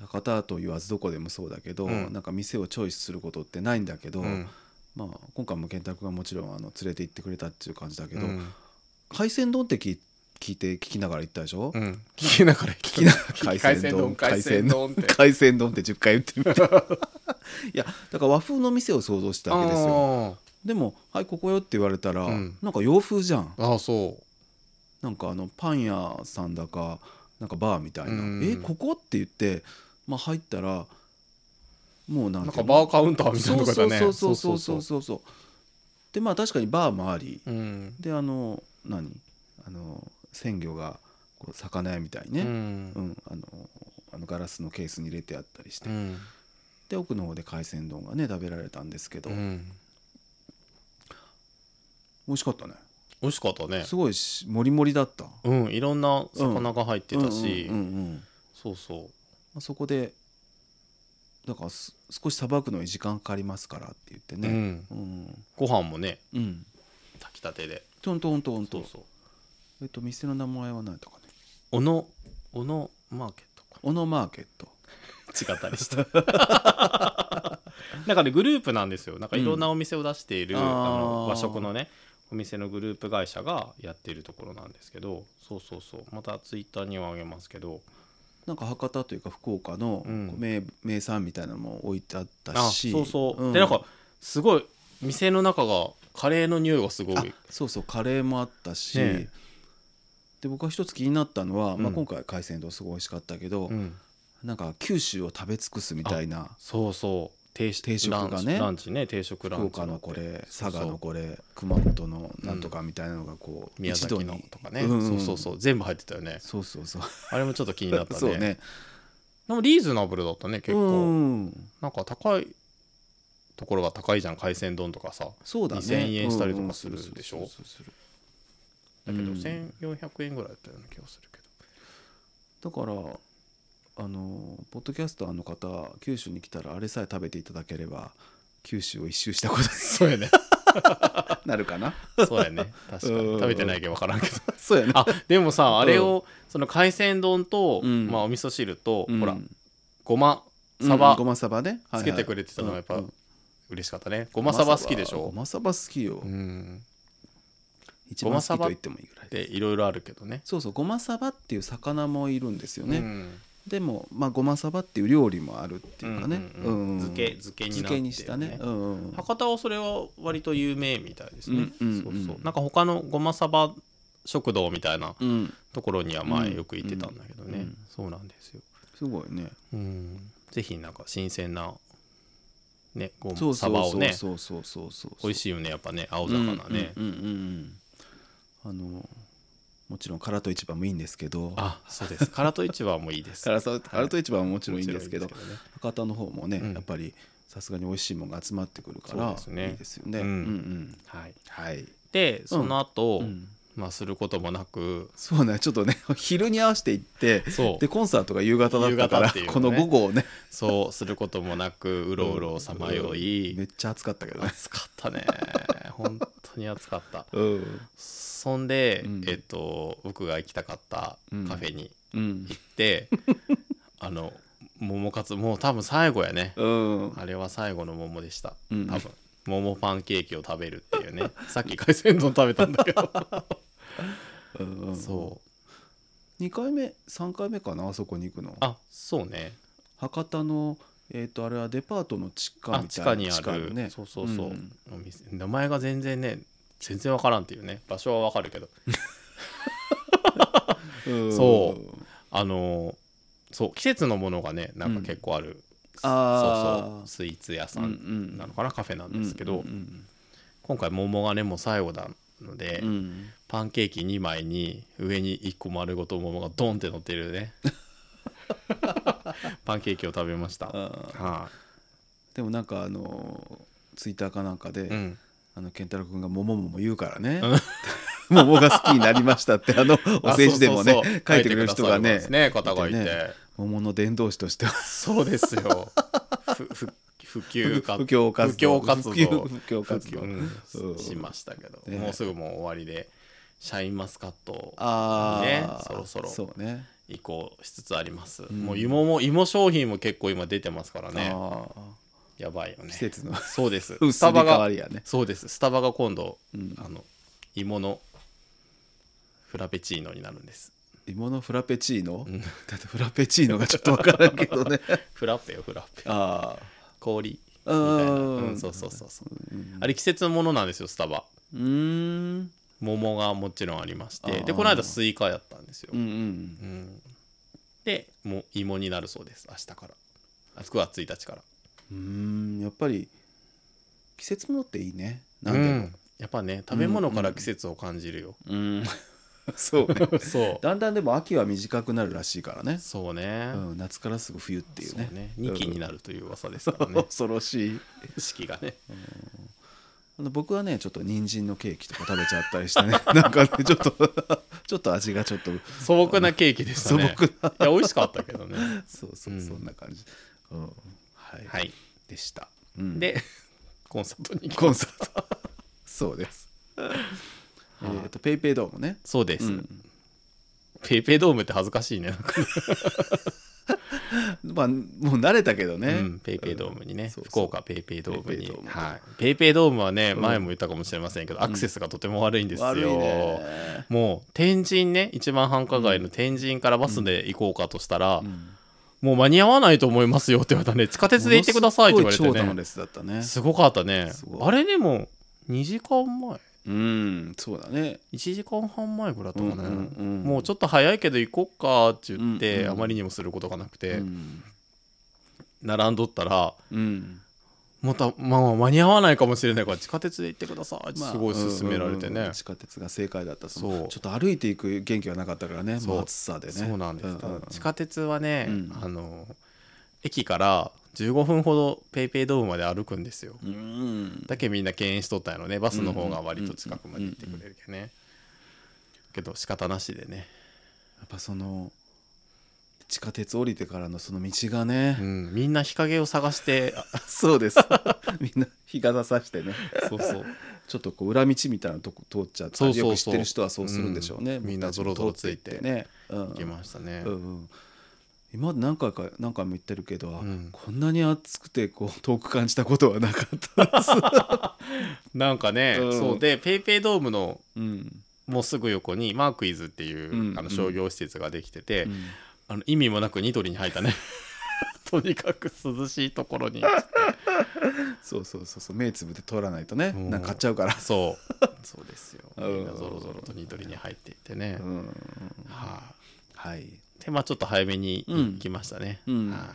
Speaker 1: 博多と言わずどこでもそうだけど、
Speaker 2: うん
Speaker 1: なんか店をチョイスすることってないんだけど、
Speaker 2: うん
Speaker 1: まあ、今回も健太君がもちろんあの連れて行ってくれたっていう感じだけ
Speaker 2: う
Speaker 1: ど、
Speaker 2: ん
Speaker 1: 海鮮丼って聞い聞いて聞きながら行ったでしょ、
Speaker 2: うん聞きながら聞
Speaker 1: 聞きながら
Speaker 2: 海鮮丼海鮮丼って
Speaker 1: 海鮮丼って10回言ってみ
Speaker 2: [laughs]
Speaker 1: たいやだから和風の店を想像してたわけですよでも「はいここよ」って言われたら、
Speaker 2: うん
Speaker 1: なんか洋風じゃん
Speaker 2: あーあーそ
Speaker 1: なんかあのパン屋さんだかなんかバーみたいな「
Speaker 2: うん
Speaker 1: えここ?」って言って、まあ、入ったらもうな
Speaker 2: うん
Speaker 1: て
Speaker 2: なん
Speaker 1: い
Speaker 2: か
Speaker 1: うの
Speaker 2: バーカウンターみたいなとこだね
Speaker 1: そうそうそうそうそうそうそうでまあ確かにバーもあり、
Speaker 2: うん
Speaker 1: であの何あの鮮魚がこう魚屋みたいにね、
Speaker 2: うん
Speaker 1: うんあのあのガラスのケースに入れてあったりして、
Speaker 2: うん
Speaker 1: で奥の方で海鮮丼がね食べられたんですけど、
Speaker 2: うん
Speaker 1: 美味しかったね
Speaker 2: 美味しかったね
Speaker 1: すごいしもりもりだった
Speaker 2: うんいろんな魚が入ってたし
Speaker 1: うんうんうんうん
Speaker 2: そうそう
Speaker 1: まあそこでだからす少しさばくのに時間かかりますからって言って
Speaker 2: う
Speaker 1: ね
Speaker 2: ん
Speaker 1: うん
Speaker 2: ご飯もね
Speaker 1: うん
Speaker 2: 炊きたてで
Speaker 1: とんとんとん
Speaker 2: そ
Speaker 1: と
Speaker 2: うそう
Speaker 1: えっと店の名前は何とかね
Speaker 2: 小野小野マーケットか
Speaker 1: オノマーケット
Speaker 2: 違ったりして
Speaker 1: [laughs]
Speaker 2: なんかねグループなんですよなんかいろんなお店を出している、
Speaker 1: うん
Speaker 2: あの
Speaker 1: あー
Speaker 2: 和食のねお店のグループ会社がやっているところなんですけどそうそうそうまたツイッターにはあげますけど
Speaker 1: なんか博多というか福岡の
Speaker 2: うん
Speaker 1: こう名,、名産みたいなのも置いてあった
Speaker 2: あ
Speaker 1: し
Speaker 2: そうそう、
Speaker 1: ん
Speaker 2: でなんかすごい店の中がカレーの匂いがすごい
Speaker 1: あそうそうカレーもあったし、
Speaker 2: ね
Speaker 1: で僕は一つ気になったのは、ま
Speaker 2: う
Speaker 1: あ、
Speaker 2: ん
Speaker 1: 今回海鮮丼すごい美味しかったけど、
Speaker 2: うん
Speaker 1: なんか九州を食べ尽くすみたいな
Speaker 2: そうそう定食
Speaker 1: 定食がね
Speaker 2: ランチね定食ラン
Speaker 1: 福
Speaker 2: チ
Speaker 1: 岡のこれ
Speaker 2: そ
Speaker 1: 佐
Speaker 2: うそ
Speaker 1: 賀
Speaker 2: う
Speaker 1: のこれ熊本のなんとかみたいなのがこう、
Speaker 2: 宮
Speaker 1: 一
Speaker 2: 崎
Speaker 1: 度に
Speaker 2: のとかね、
Speaker 1: うんうん
Speaker 2: そうそうそう全部入ってたよね
Speaker 1: そうそうそう
Speaker 2: あれもちょっと気になったね
Speaker 1: そうね
Speaker 2: でもリーズナブルだったね結構、
Speaker 1: うん
Speaker 2: なんか高いところが高いじゃん海鮮丼とかさ
Speaker 1: そうだね
Speaker 2: 2000円したりとかする
Speaker 1: うんうん
Speaker 2: でしょ
Speaker 1: そうそうそうそう
Speaker 2: だけど
Speaker 1: うん
Speaker 2: 1400円ぐらいだったような気がするけど、
Speaker 1: だからあのポッドキャスターの方九州に来たらあれさえ食べていただければ九州を一周したことに
Speaker 2: そうやね
Speaker 1: [laughs] なるかな
Speaker 2: そうやね確か
Speaker 1: うんうん
Speaker 2: に
Speaker 1: うん
Speaker 2: 食べてないけど分からんけど
Speaker 1: そうやな
Speaker 2: あでもさあれを、その海鮮丼と、
Speaker 1: うん
Speaker 2: まあ、お味噌汁と、
Speaker 1: うん
Speaker 2: ほらごま
Speaker 1: うん
Speaker 2: サバ、
Speaker 1: ごまサバね
Speaker 2: つけてくれてたのはやっぱ
Speaker 1: うん
Speaker 2: 嬉しかったねごまサバ好きでし
Speaker 1: ご
Speaker 2: ょ
Speaker 1: まサバ好きよ
Speaker 2: うん
Speaker 1: 一番好きと言ってもいいぐらい
Speaker 2: でいろいろあるけどね
Speaker 1: そうそうごまサバっていう魚もいるんですよね、
Speaker 2: うん
Speaker 1: でもまあごまサバっていう料理もあるっていうかね
Speaker 2: うんうんうん
Speaker 1: うん
Speaker 2: 漬け漬けになって
Speaker 1: 漬けにしたねうんうん
Speaker 2: 博多はそれは割と有名みたいですね、
Speaker 1: うんうん
Speaker 2: そううんそうなんか他のごまさば食堂みたいな
Speaker 1: うん
Speaker 2: ところには前よく行ってたんだけどね、
Speaker 1: うんうん
Speaker 2: そうなんですよ、
Speaker 1: すごいね
Speaker 2: うん、ぜひなんか新鮮なねご
Speaker 1: そ
Speaker 2: ま
Speaker 1: うそ
Speaker 2: さ
Speaker 1: う
Speaker 2: ばをね
Speaker 1: そうそうそうそうそう
Speaker 2: 美味しいよねやっぱね青魚ね、
Speaker 1: うんうんうんうんあのもちろん唐戸市場もいいんですけど
Speaker 2: あそうです唐戸市場もいいです
Speaker 1: [laughs] 唐戸唐戸市場ももちろんいいんですけど
Speaker 2: もちろんいいです
Speaker 1: 博多の方もね、
Speaker 2: うん
Speaker 1: やっぱりさすがに美味しいものが集まってくるか
Speaker 2: そう
Speaker 1: ら
Speaker 2: ですね
Speaker 1: いいですよね、
Speaker 2: うん
Speaker 1: うんうん
Speaker 2: けどねはい、
Speaker 1: はい、
Speaker 2: でその後、
Speaker 1: うん
Speaker 2: まあすることもなく
Speaker 1: そうねちょっとね [laughs] 昼に合わせて行って
Speaker 2: そう
Speaker 1: でコンサートが夕方だったか
Speaker 2: 夕方
Speaker 1: ら
Speaker 2: っていうね
Speaker 1: この午後をね
Speaker 2: そうすることもなくうろうろさまよい、
Speaker 1: めっちゃ暑かったけどね、
Speaker 2: 暑かった
Speaker 1: [laughs]
Speaker 2: ね本当に暑かった
Speaker 1: うん
Speaker 2: そんで、
Speaker 1: うん
Speaker 2: えっと僕が行きたかったカフェに
Speaker 1: うん
Speaker 2: 行
Speaker 1: [laughs]
Speaker 2: って、あの桃カツもう多分最後やね、
Speaker 1: うん、
Speaker 2: あれは最後の桃でした
Speaker 1: う
Speaker 2: 多
Speaker 1: ん
Speaker 2: 分、桃パンケーキを食べるってい
Speaker 1: [laughs]
Speaker 2: うねさっき海鮮丼食べたんだけど
Speaker 1: うん、
Speaker 2: そう
Speaker 1: 2回目3回目かなあそこに行くの
Speaker 2: あそうね
Speaker 1: 博多のえっ、とあれはデパートの地下
Speaker 2: あ
Speaker 1: み
Speaker 2: 地
Speaker 1: たい
Speaker 2: 下
Speaker 1: な
Speaker 2: にある、
Speaker 1: ね
Speaker 2: そうそうそう、
Speaker 1: ん
Speaker 2: お店名前が全然ね全然わからんっていうね場所はわかるけど
Speaker 1: うん
Speaker 2: そあのーそう季節のものがねなんか結構ある、
Speaker 1: あー
Speaker 2: そうそうスイーツ屋さ
Speaker 1: うんうんん
Speaker 2: なのかな、カフェなんですけ
Speaker 1: う
Speaker 2: ど、
Speaker 1: ん
Speaker 2: 今回桃がねもう最後なので、
Speaker 1: うんうん
Speaker 2: パンケーキ2枚に上に1個丸ごと桃がドンって乗って
Speaker 1: [laughs]
Speaker 2: るねパンケーキを食べました、
Speaker 1: あ
Speaker 2: は
Speaker 1: ーでもなんかあのツイッターかなんかで、
Speaker 2: いうん、
Speaker 1: あの健太郎君が「もももも」言うからね [laughs] 「ももが好きになりました」ってあのお世辞でもね
Speaker 2: [laughs] あそうそうそう
Speaker 1: 書いてくれる人が
Speaker 2: 書いて
Speaker 1: ね
Speaker 2: くださいますね方がいて
Speaker 1: いてね桃の伝道師としては
Speaker 2: そうで
Speaker 1: [laughs]
Speaker 2: すよふふ普及活
Speaker 1: 不況活動
Speaker 2: 不況活動
Speaker 1: [laughs] 不況不況活動
Speaker 2: 普及うん
Speaker 1: うん
Speaker 2: しましたけど、
Speaker 1: ね
Speaker 2: もうすぐもう終わりでシャインマスカットを
Speaker 1: ああ、
Speaker 2: ねそろそろ
Speaker 1: そうね
Speaker 2: 移行しつつあります、
Speaker 1: ん
Speaker 2: もう芋も芋商品も結構今出てますからね
Speaker 1: ああ
Speaker 2: やばいよね
Speaker 1: 季節の
Speaker 2: そう
Speaker 1: [laughs]
Speaker 2: ですス
Speaker 1: 薄
Speaker 2: タ
Speaker 1: い
Speaker 2: バ
Speaker 1: 変
Speaker 2: が
Speaker 1: わりやね
Speaker 2: そうですスタバが今度、
Speaker 1: うん
Speaker 2: あの芋のフラペチーノになるんです
Speaker 1: 芋のフラペチーノ、だってフラペチーノがちょっとわからんけど
Speaker 2: [laughs]
Speaker 1: ね
Speaker 2: フラペよフラペ
Speaker 1: ああ
Speaker 2: 氷みた
Speaker 1: う
Speaker 2: い
Speaker 1: ん
Speaker 2: な、うん、そうそうそうそうあれ季節のものなんですよスタバ
Speaker 1: うーん
Speaker 2: 桃がもちろんありまし
Speaker 1: あ
Speaker 2: て
Speaker 1: ー
Speaker 2: でこの間スイカやったんですよ、
Speaker 1: うんうん
Speaker 2: うんでもう芋になるそうです明日からあ9月1日から
Speaker 1: うーんやっぱり季節物っていいね
Speaker 2: う
Speaker 1: なんでも
Speaker 2: ん、やっぱね食べ物から季節を感じるよ、
Speaker 1: うん [laughs] そうね
Speaker 2: [laughs] そう
Speaker 1: だんだんでも秋は短くなるらしいからね、
Speaker 2: そうね,、
Speaker 1: うん、夏からすぐ冬っていう
Speaker 2: そう
Speaker 1: ね
Speaker 2: ね2期になるという噂ですから
Speaker 1: うん
Speaker 2: ね
Speaker 1: 恐ろしい
Speaker 2: [laughs] 四季がね
Speaker 1: あの僕はねちょっと人参のケーキとか食べちゃったりしてね [laughs] なんかねちょっとちょっと味がちょっと
Speaker 2: 素朴なケーキでしたね
Speaker 1: 素
Speaker 2: 朴いや美味しかった
Speaker 1: [laughs]
Speaker 2: けどね
Speaker 1: そうそう、
Speaker 2: うん
Speaker 1: そんな感じ、うんはい
Speaker 2: はい
Speaker 1: でした、うん
Speaker 2: でコンサートに行き
Speaker 1: コンサートそう
Speaker 2: [laughs]
Speaker 1: ですえっとペイペイドームね
Speaker 2: そうです、
Speaker 1: うん
Speaker 2: ペイペイドームって恥ずかしいねなんか
Speaker 1: まあもう慣れたけどね、
Speaker 2: うん、ペイペイドームにね、
Speaker 1: うんそうそう
Speaker 2: 福岡ペイペイドーム
Speaker 1: ペイペ
Speaker 2: に
Speaker 1: イドーム
Speaker 2: はい、ペイペイドームはね、
Speaker 1: うん
Speaker 2: 前も言ったかもしれませんけどアクセスがとても悪いんですよ、
Speaker 1: 悪いね、
Speaker 2: もう天神ね一番繁華街の天神からバスで行こうかとしたら、
Speaker 1: うん
Speaker 2: もう間に合わないと思いますよって言われたね地下鉄で行ってくださいって言われて
Speaker 1: ものすごい長蛇の
Speaker 2: ね
Speaker 1: 列だったね
Speaker 2: すごかったね
Speaker 1: すごい
Speaker 2: あれでも2時間前
Speaker 1: うんそうだね
Speaker 2: 1時間半前ぐらいだったかね、
Speaker 1: ん
Speaker 2: もうち
Speaker 1: ょっ
Speaker 2: ょっと早いけど行こっかって言って、
Speaker 1: うんうん
Speaker 2: あまりにもすることがなくて、
Speaker 1: うん
Speaker 2: 並んどったら
Speaker 1: うん
Speaker 2: また、まあ、間に合わないかもしれないから地下鉄で行ってくださいって
Speaker 1: まあ
Speaker 2: すごい勧められて
Speaker 1: うんうん
Speaker 2: ね
Speaker 1: うん、地下鉄が正解だったそ
Speaker 2: そう
Speaker 1: のちょっと歩いていく元気はなかったからね
Speaker 2: そう
Speaker 1: もう暑さでね
Speaker 2: そうなんです、
Speaker 1: う
Speaker 2: 地下鉄はね、
Speaker 1: うん
Speaker 2: あの駅から15分ほどペイペイドームまで歩くんですよ
Speaker 1: うん
Speaker 2: だけみんな敬遠しとったんやろねバスの方が割と近くまで行ってくれるけどねけど仕方なしでね、
Speaker 1: やっぱその地下鉄降りてからのその道が
Speaker 2: う
Speaker 1: ね、
Speaker 2: ん、みんな日陰を探して [laughs] あ
Speaker 1: [laughs] そうですみんな日傘さしてね
Speaker 2: そうそう
Speaker 1: ちょっとこう裏道みたいなとこ通っちゃって
Speaker 2: そうそうそう
Speaker 1: よく知ってる人はそうするんでしょうね、
Speaker 2: うんみんなゾロゾロついて
Speaker 1: ね、うん
Speaker 2: 行きましたね、
Speaker 1: うんうん今まで何回か何回も言ってるけど、
Speaker 2: ん
Speaker 1: こんなに暑くてこう遠く感じたことはなかったです、
Speaker 2: なんかね、
Speaker 1: うん
Speaker 2: そうでペイペイドームの
Speaker 1: うん
Speaker 2: もうすぐ横にマークイズっていう、
Speaker 1: うん
Speaker 2: あの
Speaker 1: うん
Speaker 2: 商業施設ができてて、
Speaker 1: うん
Speaker 2: あの意味もなくニトリに入ったね [laughs] とにかく涼しいところに
Speaker 1: そうそうそうそう目つぶって通らないとね、
Speaker 2: うん
Speaker 1: なんか買っちゃうから、
Speaker 2: そう [laughs] そうですよ
Speaker 1: うん
Speaker 2: みんなぞろぞろとニトリに入っていてね、
Speaker 1: うん、
Speaker 2: はい、
Speaker 1: はい
Speaker 2: でまあちょっと早めに行きましたね、
Speaker 1: うんうん
Speaker 2: は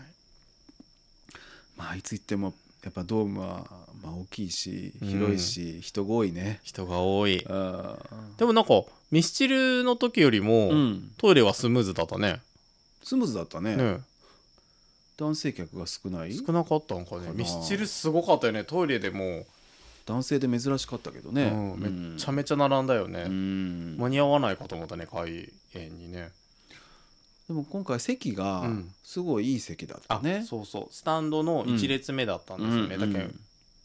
Speaker 1: まあいつ行ってもやっぱドームは、まあ、大きいし広いし、人が多いね
Speaker 2: い、人が多い
Speaker 1: あ
Speaker 2: でもなんかミスチルの時よりも、
Speaker 1: ーうん
Speaker 2: トイレはスムーズだったね
Speaker 1: スムーズだったね
Speaker 2: ね
Speaker 1: 男性客が少ない
Speaker 2: 少なかったのかね
Speaker 1: かな
Speaker 2: ミスチルすごかったよねトイレでも
Speaker 1: 男性で珍しかったけどね、
Speaker 2: うんめっちゃめちゃ並んだよね、
Speaker 1: うん
Speaker 2: 間に合わないかと思ったね開園にね
Speaker 1: でも今回席が
Speaker 2: うん
Speaker 1: すごいいい席だった
Speaker 2: あ
Speaker 1: ね、
Speaker 2: そうそうスタンドの1列目だったんですよね、
Speaker 1: うん
Speaker 2: だけ
Speaker 1: う
Speaker 2: ど
Speaker 1: ん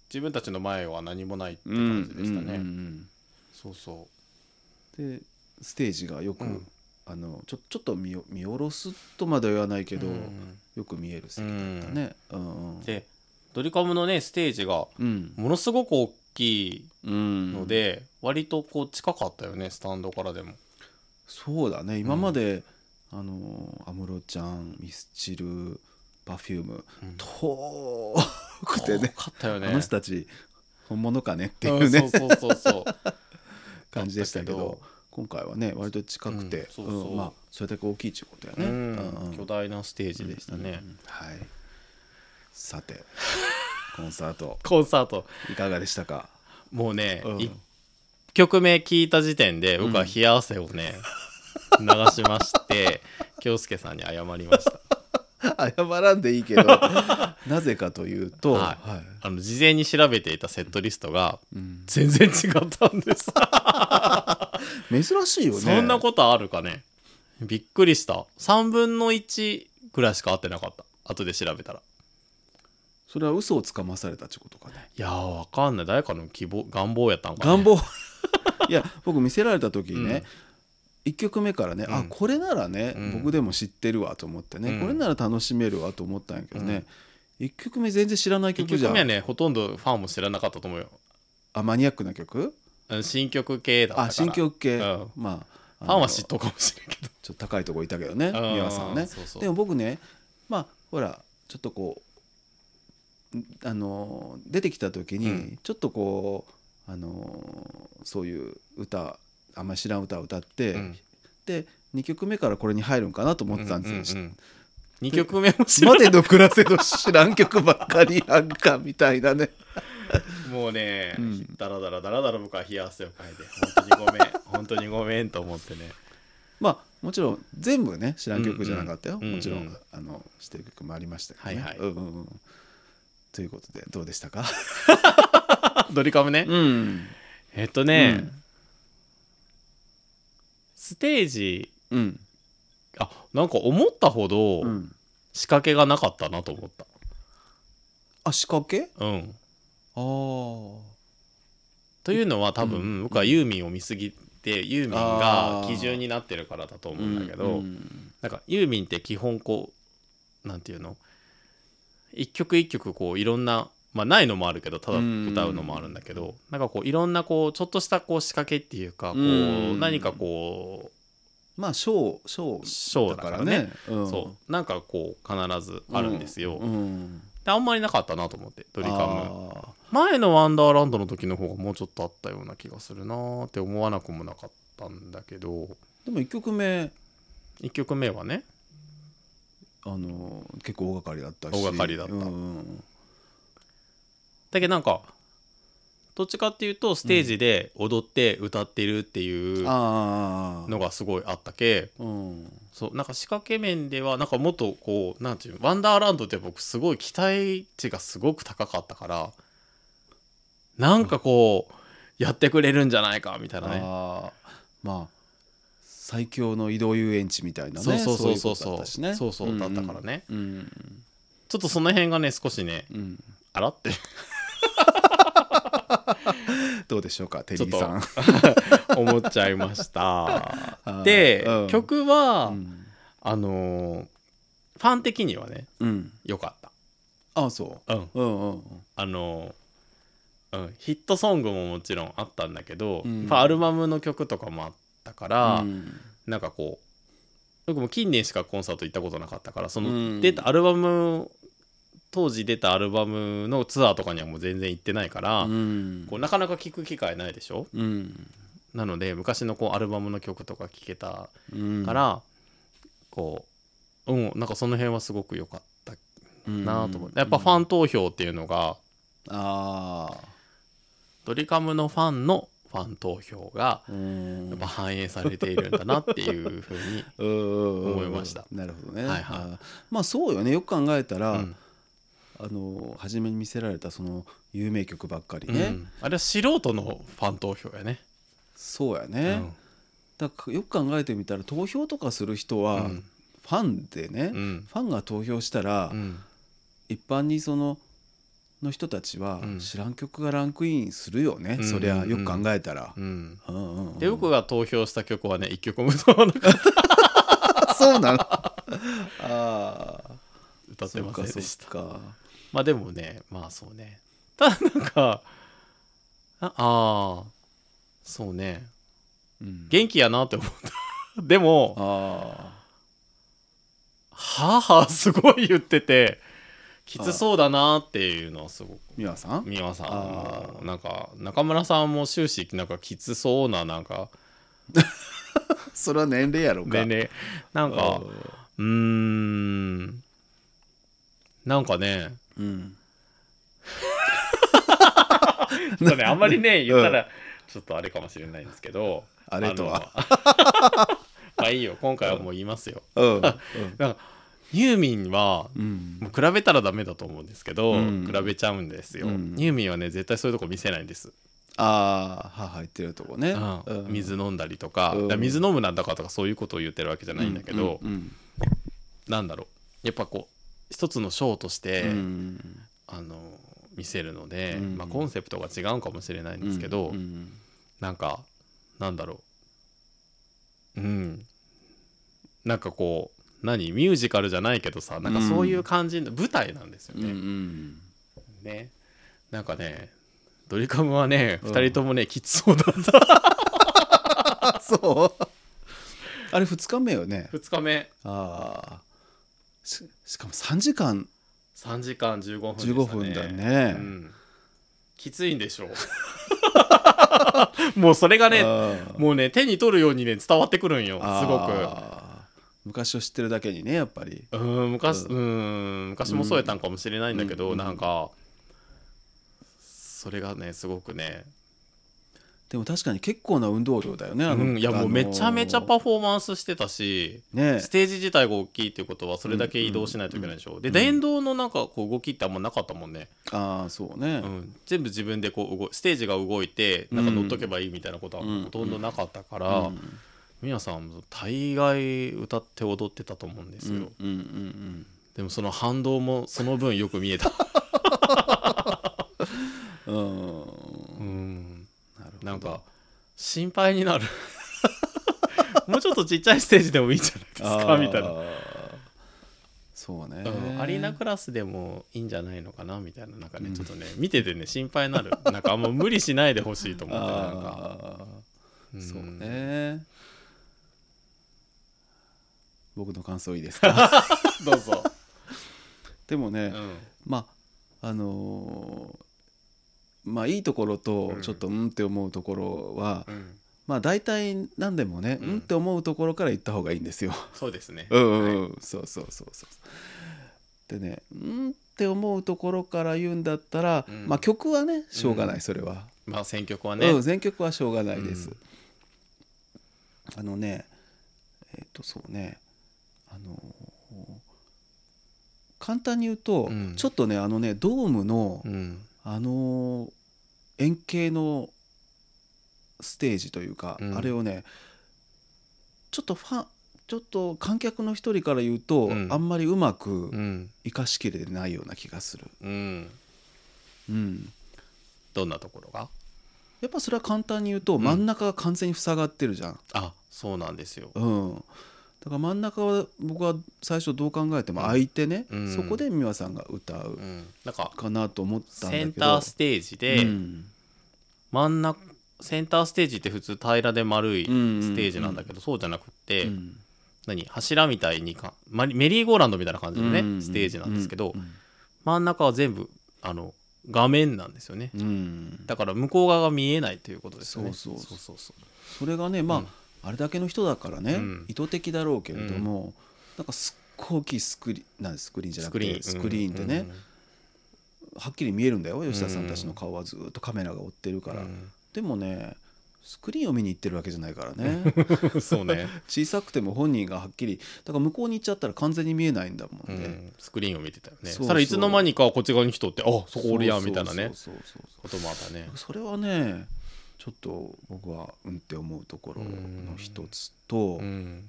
Speaker 2: 自分たちの前は何もないって感じでした
Speaker 1: う
Speaker 2: ね、
Speaker 1: んうん
Speaker 2: そうそ
Speaker 1: うんでステージがよく、
Speaker 2: うん
Speaker 1: あのちょちょっと見よ見下ろすとまでは言わないけ
Speaker 2: う
Speaker 1: ど、
Speaker 2: うん
Speaker 1: よく見える席だったね。うんうん
Speaker 2: でドリカムのねステージが
Speaker 1: うん
Speaker 2: ものすごく大きい
Speaker 1: うん
Speaker 2: ので、割とこう近かったよねスタンドからでも
Speaker 1: そうだね今まで、あの安室ちゃんミスチルパフューム
Speaker 2: うん
Speaker 1: 遠くてね
Speaker 2: 遠かったよね
Speaker 1: あの人たち本物かねっていうね、
Speaker 2: うんそうそうそうそう
Speaker 1: 感 [laughs] じでしたけ
Speaker 2: だっ
Speaker 1: ど今回はね割と近くて、
Speaker 2: うんそうそう
Speaker 1: うんまあ、それだけ大きいっていうことや
Speaker 2: う
Speaker 1: ね。
Speaker 2: ん
Speaker 1: うんうん
Speaker 2: 巨大なステージでしたね、
Speaker 1: うんうんはい、さてコンサート
Speaker 2: コンサート
Speaker 1: いかがでしたか、
Speaker 2: もうね、
Speaker 1: うん
Speaker 2: 1曲目聞いた時点で僕は冷や汗をね、流しま
Speaker 1: [laughs]
Speaker 2: して京介さんに謝りました
Speaker 1: 謝らんでいい
Speaker 2: [laughs]
Speaker 1: けどなぜかというと、
Speaker 2: はい
Speaker 1: はい
Speaker 2: あの事前に調べていたセットリストが
Speaker 1: うん
Speaker 2: 全然違った
Speaker 1: [laughs]
Speaker 2: んです、
Speaker 1: 珍しいよね。
Speaker 2: そんなことあるかねびっくりした3分の1ぐらいしか合ってなかった後で調べたら
Speaker 1: それは嘘をつかまされたってことかね。
Speaker 2: いやーわかんない誰かの希望願望やったんか、ね、
Speaker 1: 願望 [laughs] いや僕見せられた時に
Speaker 2: うん
Speaker 1: ね、一1曲目からね、
Speaker 2: う
Speaker 1: あ
Speaker 2: ん
Speaker 1: これならね、
Speaker 2: うん
Speaker 1: 僕でも知ってるわと思ってね、
Speaker 2: うん
Speaker 1: これなら楽しめるわと思ったんやけどね、一1曲目全然知らない
Speaker 2: 1
Speaker 1: 曲じ
Speaker 2: 曲
Speaker 1: ゃ
Speaker 2: 目は
Speaker 1: ん、
Speaker 2: ねほとんどファンも知らなかったと思うよ
Speaker 1: あマニアックな曲
Speaker 2: うん新曲系だったから
Speaker 1: あ新曲系、
Speaker 2: うん
Speaker 1: まあ
Speaker 2: ファンは
Speaker 1: あ
Speaker 2: 知っ
Speaker 1: の
Speaker 2: とうかもしれんけ
Speaker 1: ちょ
Speaker 2: ど
Speaker 1: っと高いとこいたけどね
Speaker 2: うん
Speaker 1: 美和さんはね
Speaker 2: そうそう
Speaker 1: でも僕ねまあほらちょっとこうんあのー出てきた時に、
Speaker 2: うん
Speaker 1: ちょっとこうあのーそういう歌あんまり知らん歌を歌って、
Speaker 2: うん
Speaker 1: で2曲目からこれに入るんかなと思ってたんですよ。
Speaker 2: 2曲目も知
Speaker 1: [laughs]
Speaker 2: ら
Speaker 1: までの暮らせの知らん曲ばっかりやんかみたいなね
Speaker 2: もうね、
Speaker 1: うん
Speaker 2: だらだらだらだら僕は冷や汗をかいて本当にごめん本当にごめんと思っ
Speaker 1: [laughs]
Speaker 2: てね
Speaker 1: まあもちろん全部ね知らん曲じゃなかったよ、
Speaker 2: うんうん
Speaker 1: もちろん、
Speaker 2: うんうん
Speaker 1: あの知ってる曲もありましたけど、ね
Speaker 2: はいはい
Speaker 1: うんうんうんということでどうでしたか、
Speaker 2: ドリカムね、
Speaker 1: ん
Speaker 2: えっとね、
Speaker 1: うん
Speaker 2: ステージ
Speaker 1: うん
Speaker 2: あなんか思ったほど
Speaker 1: うん、
Speaker 2: 仕掛けがなかったなと思っ
Speaker 1: あ仕掛け
Speaker 2: たうん
Speaker 1: あー
Speaker 2: というのは多分、
Speaker 1: うん
Speaker 2: 僕はユーミンを見すぎてユーミンが基準になってるからだと思うんだけど、
Speaker 1: うん
Speaker 2: なんかユーミンって基本こうなんていうの一曲一曲こういろんな、まあ、ないのもあるけどただ歌うのもあるんだけどなんかこういろんなこうちょっとしたこう仕掛けっていうかこ
Speaker 1: う
Speaker 2: うん何かこ
Speaker 1: まあショーショ
Speaker 2: う
Speaker 1: ー
Speaker 2: ショーだからね
Speaker 1: うん
Speaker 2: そうなんかこう必ずあるんですよ
Speaker 1: うん
Speaker 2: であんまりなかったなと思ってドリカム
Speaker 1: あー
Speaker 2: 前の「ワンダーランド」の時の方がもうちょっとあったような気がするなーって思わなくもなかったんだけど
Speaker 1: でも1曲目
Speaker 2: 1曲目はね
Speaker 1: あの結構大掛かりだったし
Speaker 2: 大掛かりだった
Speaker 1: うん
Speaker 2: だけどなんかどっちかっていうとステージで踊って歌ってるっていう
Speaker 1: ああ
Speaker 2: のがすごいあったけ
Speaker 1: うん
Speaker 2: そうなんか仕掛け面ではなんかもっとこうなんていうのワンダーランドって僕すごい期待値がすごく高かったからなんかこうやってくれるんじゃないかみたいなね
Speaker 1: あーまあ最強の移動遊園地みたいなね
Speaker 2: そうそうそうそう
Speaker 1: いことだ
Speaker 2: そ
Speaker 1: ったし
Speaker 2: う
Speaker 1: ね
Speaker 2: そうそうだったからね
Speaker 1: うん
Speaker 2: ちょっとその辺がね少しね
Speaker 1: うん、うん
Speaker 2: あらって
Speaker 1: どうでしょうかテリーさん
Speaker 2: 思っちゃいまし
Speaker 1: [laughs]
Speaker 2: た。
Speaker 1: あー
Speaker 2: で、
Speaker 1: うん
Speaker 2: 曲は、
Speaker 1: うん、
Speaker 2: あのーファン的にはね
Speaker 1: うん、
Speaker 2: 良かっ
Speaker 1: ああそ
Speaker 2: た。うん
Speaker 1: ううんうんうん
Speaker 2: あのーうん、ヒットソングももちろんあったんだけど、
Speaker 1: うん
Speaker 2: やっぱアルバムの曲とかもあったから、
Speaker 1: うん
Speaker 2: なんかこう僕も近年しかコンサート行ったことなかったからそ
Speaker 1: うん
Speaker 2: の出たアルバム当時出たアルバムのツアーとかにはもう全然行ってないから、
Speaker 1: うん
Speaker 2: こうなかなか聞く機会ないでしょ
Speaker 1: うん
Speaker 2: なので昔のこうアルバムの曲とか聴けた
Speaker 1: うん
Speaker 2: から、こううんなんかその辺はすごく良かったなと思ってやっぱファ
Speaker 1: ン
Speaker 2: ン投票っていうのが
Speaker 1: あ
Speaker 2: ドリカムのファンのファン投票が
Speaker 1: あうん
Speaker 2: やっぱ反映されているんだなっていうふう
Speaker 1: [laughs]
Speaker 2: に
Speaker 1: 思
Speaker 2: 思いました
Speaker 1: なるほどね、
Speaker 2: はいはい
Speaker 1: あーまあそうよねよく考えたら、
Speaker 2: うん
Speaker 1: あの初めに見せられたその有名曲ばっかりね、
Speaker 2: うんあれは素人のファン投票やね。
Speaker 1: そうや
Speaker 2: う
Speaker 1: ね、
Speaker 2: ん
Speaker 1: だからよく考えてみたら投票とかする人
Speaker 2: う
Speaker 1: は
Speaker 2: ん
Speaker 1: ファンでね、
Speaker 2: うん
Speaker 1: ファンが投票したら、
Speaker 2: うん
Speaker 1: 一般にそのの人たちは
Speaker 2: うん
Speaker 1: 知らん曲がランクインするよね、
Speaker 2: うん
Speaker 1: そりゃよく考えたら
Speaker 2: う。ん
Speaker 1: うんうんうん
Speaker 2: で僕が投票した曲はね一曲も歌わなかった
Speaker 1: あ [laughs] そうなのああ
Speaker 2: 歌ってませんでした。
Speaker 1: そうかそうか
Speaker 2: まあでもねまあそうねただなんかああーそうね
Speaker 1: うん
Speaker 2: 元気やなって思った [laughs] でも
Speaker 1: あ
Speaker 2: はあはあすごい言っててきつそうだなっていうのはすごく
Speaker 1: あ美和さん
Speaker 2: 美和さん
Speaker 1: あ
Speaker 2: もなんか中村さんも終始なんかきつそうななんか
Speaker 1: それは年齢やろうか
Speaker 2: でねなんかうーんなんかね [laughs]
Speaker 1: うん
Speaker 2: ちょっとねあんまり [laughs] ね言ったらちょっとあれかもしれないんですけど
Speaker 1: [laughs] あれとは
Speaker 2: あのまあいいよ今回はもう言いますよ
Speaker 1: うん
Speaker 2: なんかユーミンは
Speaker 1: うん
Speaker 2: もう比べたらダメだと思うんですけど、
Speaker 1: うん
Speaker 2: 比べちゃうんですよ、
Speaker 1: うん
Speaker 2: ユーミンはね絶対そういうとこ見せないんです、
Speaker 1: ああ母言ってるとこね
Speaker 2: うん
Speaker 1: うん
Speaker 2: 水飲んだりとか,、
Speaker 1: うん
Speaker 2: 水飲むなんだかとかそういうことを言ってるわけじゃないんだけど、
Speaker 1: うん
Speaker 2: なんだろうやっぱこう一つのショーとして、
Speaker 1: うんうん
Speaker 2: あの見せるので、
Speaker 1: うん
Speaker 2: まあ、コンセプトが違うんかもしれないんですけど、
Speaker 1: うんうん
Speaker 2: なんかなんだろううんなんかこう何ミュージカルじゃないけどさなんかそういう感じの、舞台なんですよ
Speaker 1: うん
Speaker 2: ね、
Speaker 1: うん
Speaker 2: ねなんかねドリカムはね
Speaker 1: うん
Speaker 2: 2人ともねきつそうだ [laughs] っ
Speaker 1: あそうあれ2日目よね
Speaker 2: た2日目
Speaker 1: ああししかも3時間
Speaker 2: 3時間15分でした、ね、
Speaker 1: 15分だね
Speaker 2: うんきついん
Speaker 1: [laughs]
Speaker 2: でしょうもうそれが
Speaker 1: あ
Speaker 2: ね
Speaker 1: ー
Speaker 2: もうね手に取るようにね伝わってくるんよすごく
Speaker 1: あー昔を知ってるだけにねやっぱり
Speaker 2: うん昔
Speaker 1: う
Speaker 2: うん昔もそうやったんかもしれないんだけど、
Speaker 1: うん
Speaker 2: なんかそれがねすごくね、
Speaker 1: でも確かに結構な運動量だよねあの
Speaker 2: うんいや
Speaker 1: あ
Speaker 2: もう
Speaker 1: の
Speaker 2: めちゃめちゃパフォーマンスしてたし
Speaker 1: ね
Speaker 2: ステージ自体が大きいっていうことはそれだけ移動しないといけないでしょ、で電動のなんかこう動きってあんまなかったもんね、
Speaker 1: ああそうね
Speaker 2: うん全部自分でこう動いステージが動いてなんか乗っとけばいいみたいなことは
Speaker 1: うん
Speaker 2: ほとんどなかったか
Speaker 1: う
Speaker 2: ら、
Speaker 1: ん
Speaker 2: みやさんも大概歌って踊ってたと思うんですよ、
Speaker 1: うんうんうん
Speaker 2: でもその反動もその分よく見えた
Speaker 1: うんうん
Speaker 2: うん
Speaker 1: なるほど
Speaker 2: なんか心配になる [laughs] もうちょっとちっちゃいステージでもいいんじゃないですかみたいな
Speaker 1: あーそうね、
Speaker 2: うん、アリーナクラスでもいいんじゃないのかなみたいななんかね、ちょっとね見ててね心配になるなんかあんま無理しないでほしいと思ってなんか、
Speaker 1: あ
Speaker 2: う
Speaker 1: ー
Speaker 2: ん
Speaker 1: そうね僕の感想いいです
Speaker 2: [laughs]
Speaker 1: か
Speaker 2: どうぞ、
Speaker 1: でも
Speaker 2: う
Speaker 1: ね、
Speaker 2: ん、
Speaker 1: まああのーまあいいところと
Speaker 2: うん
Speaker 1: ちょっとうんって思うところは、
Speaker 2: うん
Speaker 1: まあ大体何でもね、
Speaker 2: う
Speaker 1: うんん、って思うところから言った方がいいんですよ。
Speaker 2: そうですね
Speaker 1: うんうんうんそうそうそうそう。でねうんって思うところから言うんだったら、
Speaker 2: うん
Speaker 1: まあ曲はねしょうがないそれは。
Speaker 2: まあ選曲はね、
Speaker 1: うん、全曲はしょうがないです。
Speaker 2: うん
Speaker 1: あのねえっ、とそうねあのー簡単に言うと、
Speaker 2: うん
Speaker 1: ちょっとねあのねドームの、
Speaker 2: うん
Speaker 1: あのー円形のステージというか、
Speaker 2: うん
Speaker 1: あれをねちょっとファンちょっと観客の一人から言うと、
Speaker 2: うん
Speaker 1: あんまりうま
Speaker 2: う
Speaker 1: く
Speaker 2: ん
Speaker 1: 生かしきれてないような気がする、
Speaker 2: うん
Speaker 1: うん、
Speaker 2: どんなところが
Speaker 1: やっぱそれは簡単に言うと
Speaker 2: ん
Speaker 1: 真ん中が完全に塞がってるじゃん、
Speaker 2: あそうなんですよ
Speaker 1: うん、だから真ん中は僕は最初どう考えても空いてね、
Speaker 2: うん
Speaker 1: そこで美和さんが歌う
Speaker 2: うんなんか
Speaker 1: かなと思ったんだけ
Speaker 2: セ
Speaker 1: ど
Speaker 2: ンターステージで、
Speaker 1: うん
Speaker 2: 真ん中センターステージって普通平らで丸い
Speaker 1: うんうんうん
Speaker 2: ステージなんだけど、そうじゃなくって、
Speaker 1: うん
Speaker 2: 何柱みたいにかマリメリーゴーランドみたいな感じのね、
Speaker 1: うん
Speaker 2: ステージなんですけど、
Speaker 1: うん
Speaker 2: 真ん中は全部あの画面なんですよね、
Speaker 1: うん
Speaker 2: だから向こう側が見えないということですよね
Speaker 1: そうそう
Speaker 2: そ
Speaker 1: そう
Speaker 2: そうそう
Speaker 1: それがねまあ、
Speaker 2: うん
Speaker 1: あれだけの人だからね、
Speaker 2: うん
Speaker 1: 意図的だろうけれども、なんかすっごい大きいスクリなんでスクリーンじゃなく
Speaker 2: スクリー
Speaker 1: て
Speaker 2: ン
Speaker 1: スクリーンってね、はっきり見えるんだよ吉田さんたちの顔はずっとカメラが追ってる
Speaker 2: う
Speaker 1: か
Speaker 2: ん
Speaker 1: ら、
Speaker 2: うん
Speaker 1: でもねスクリーンを見に行ってるわけじゃないから
Speaker 2: [laughs]
Speaker 1: ね
Speaker 2: うんそ
Speaker 1: [laughs]
Speaker 2: うね、
Speaker 1: 小さくても本人がはっきりだから向こうに行っちゃったら完全に見えないんだも
Speaker 2: うん
Speaker 1: ね、
Speaker 2: ん、スクリーンを見てたよね
Speaker 1: そうそう
Speaker 2: さらいつの間にかこっち側に人ってあそこおるやんみたいなね
Speaker 1: そうそうそうそう
Speaker 2: こともあったね
Speaker 1: それはねちょっと僕はうんって思うところの一つと、
Speaker 2: うん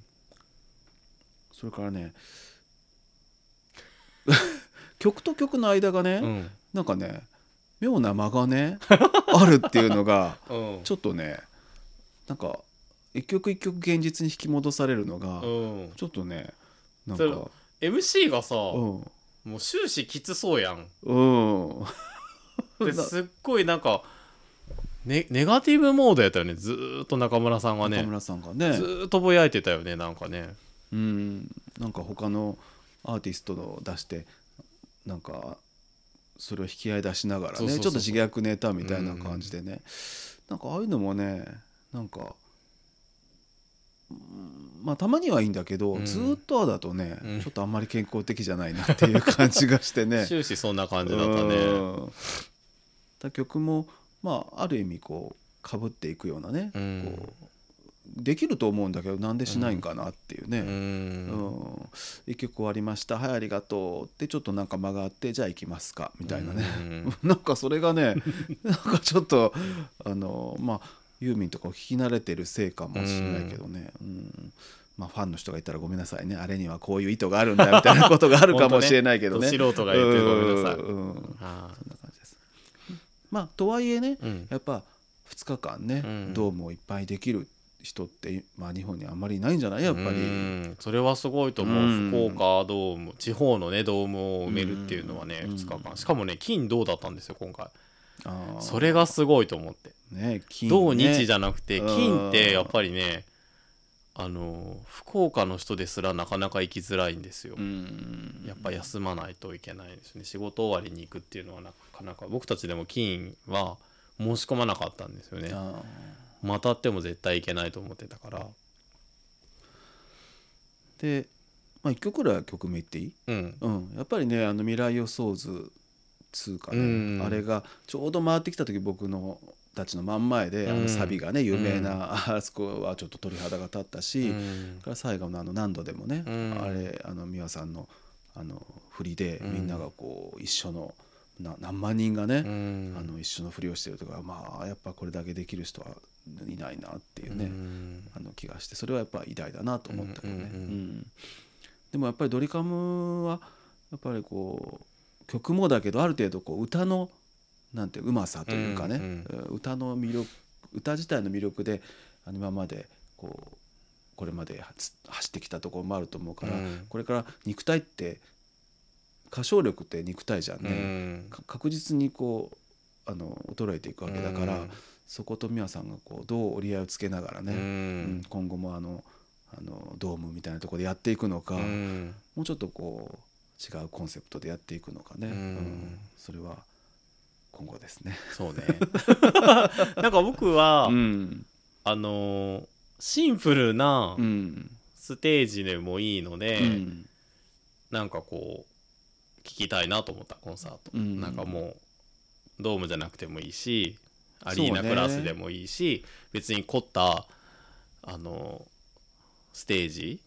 Speaker 1: それからね [laughs] 曲と曲の間がね、
Speaker 2: うん
Speaker 1: なんかね妙な間がね [laughs] あるっていうのが
Speaker 2: うん
Speaker 1: ちょっとねなんか一曲一曲現実に引き戻されるのが、
Speaker 2: うん
Speaker 1: ちょっとねなん
Speaker 2: そ
Speaker 1: か
Speaker 2: れ MC がさ、
Speaker 1: うん
Speaker 2: もう終始きつそうやん
Speaker 1: うん
Speaker 2: で
Speaker 1: な
Speaker 2: すっごいなんか、ね、ネガティブモードやったよねずーっと中村さんが
Speaker 1: 中
Speaker 2: ね
Speaker 1: 村さんがね
Speaker 2: ずーっとぼやいてたよねなんかね
Speaker 1: うんなんか他のアーティストの出してなんかそれを引き合い出しながら
Speaker 2: そう
Speaker 1: ね
Speaker 2: そう
Speaker 1: ちょ
Speaker 2: そう
Speaker 1: っと自虐ネタみたいな感じでね、なんかああいうのもねなんかうんまあたまにはいいんだけど、
Speaker 2: うん
Speaker 1: ずーっとあだとね、
Speaker 2: うん
Speaker 1: ちょっとあんまり健康的じゃないなっていう感じがして
Speaker 2: [laughs]
Speaker 1: ね
Speaker 2: 終始そんな感じだったね
Speaker 1: うんだ曲もまあある意味こうかぶっていくようなね、
Speaker 2: うん
Speaker 1: こうできると思うんだけどなんでしないんかなっていうね、
Speaker 2: うん
Speaker 1: うん、一曲終わりましたはいありがとうってちょっとなんか間があってじゃあ行きますかみたいなね、
Speaker 2: うん
Speaker 1: なんかそれがね [laughs] なんかちょっとあのまあユーミンとかを聞き慣れてるせいかもしれないけどね、うんまあ、ファンの人がいたらごめんなさいねあれにはこういう意図があるんだみたいなことがあるかもしれない [laughs] けどね。
Speaker 2: [laughs] 本当ねど素人が言ってごめんなさい
Speaker 1: うんうん
Speaker 2: あ
Speaker 1: そんな感じです。まあとはいえね、
Speaker 2: ーうん
Speaker 1: やっぱ2日間ね、
Speaker 2: うん
Speaker 1: ドームをいっぱいできる人って、まあ、日本にあんまりいないんじゃないやっぱり。
Speaker 2: うんそれはすごいと思う、
Speaker 1: うん
Speaker 2: 福岡ドーム地方のねドームを埋めるっていうのはね、
Speaker 1: うん
Speaker 2: 2日間しかもね金銅だったんですよ今回
Speaker 1: あー
Speaker 2: それがすごいと思って
Speaker 1: ね金
Speaker 2: 同日じ
Speaker 1: ゃ
Speaker 2: ゃなくて
Speaker 1: うん
Speaker 2: 金ってやっぱりねあの福岡の人ですらなかなか行きづらいんですよ、
Speaker 1: ん
Speaker 2: やっぱ休まないといけないですね仕事終わりに行くっていうのはなかなか僕たちでも金は申し込まなかったんですよね
Speaker 1: あ
Speaker 2: またっても絶対行けないと思ってたから
Speaker 1: ーで、まあ、1曲ぐらいは曲名言っていい、
Speaker 2: うん
Speaker 1: うん、やっぱりね「あの未来予想図2」かね、
Speaker 2: うん
Speaker 1: あれがちょうど回ってきた時僕のたちの真ん前で、あ
Speaker 2: うん
Speaker 1: のサビがね有名な、あそこはちょっと鳥肌が立ったし、
Speaker 2: うん
Speaker 1: から最後のあの何度でもね、
Speaker 2: うん
Speaker 1: あれあの美和さんのあの振りで
Speaker 2: うん
Speaker 1: みんながこう一緒のな何万人がね、
Speaker 2: うん
Speaker 1: あの一緒の振りをしてるとかまあやっぱこれだけできる人はいないなっていうね、
Speaker 2: うん
Speaker 1: あの気がしてそれはやっぱ偉大だなと思ったけどね、
Speaker 2: うんうんうん
Speaker 1: うんでもやっぱりドリカムはやっぱりこう曲もだけどある程度こう歌のなんてうまさというかね、
Speaker 2: うん
Speaker 1: うん歌の魅力歌自体の魅力であの今までこうこれまではつ走ってきたところもあると思うから、
Speaker 2: うん
Speaker 1: これから肉体って歌唱力って肉体じゃん
Speaker 2: う
Speaker 1: ね、
Speaker 2: ん
Speaker 1: か確実にこうあの衰えていくわけだから、
Speaker 2: うん
Speaker 1: そこと美和さんがこうどう折り合いをつけながら
Speaker 2: う
Speaker 1: ね、うん
Speaker 2: ん
Speaker 1: 今後もあのあのドームみたいなところでやっていくのか、
Speaker 2: うん
Speaker 1: もうちょっとこう違うコンセプトでやっていくのかね、
Speaker 2: うん
Speaker 1: それは今後ですね。
Speaker 2: そうね [laughs] なんか僕は、
Speaker 1: うん
Speaker 2: あのーシンプルな
Speaker 1: うん
Speaker 2: ステージでもいいので、
Speaker 1: うん
Speaker 2: なんかこう聞きたいなと思ったコンサート、
Speaker 1: うん
Speaker 2: なんかもうドームじゃなくてもいいしアリーナクラスでもいいし、別に凝ったあのステージ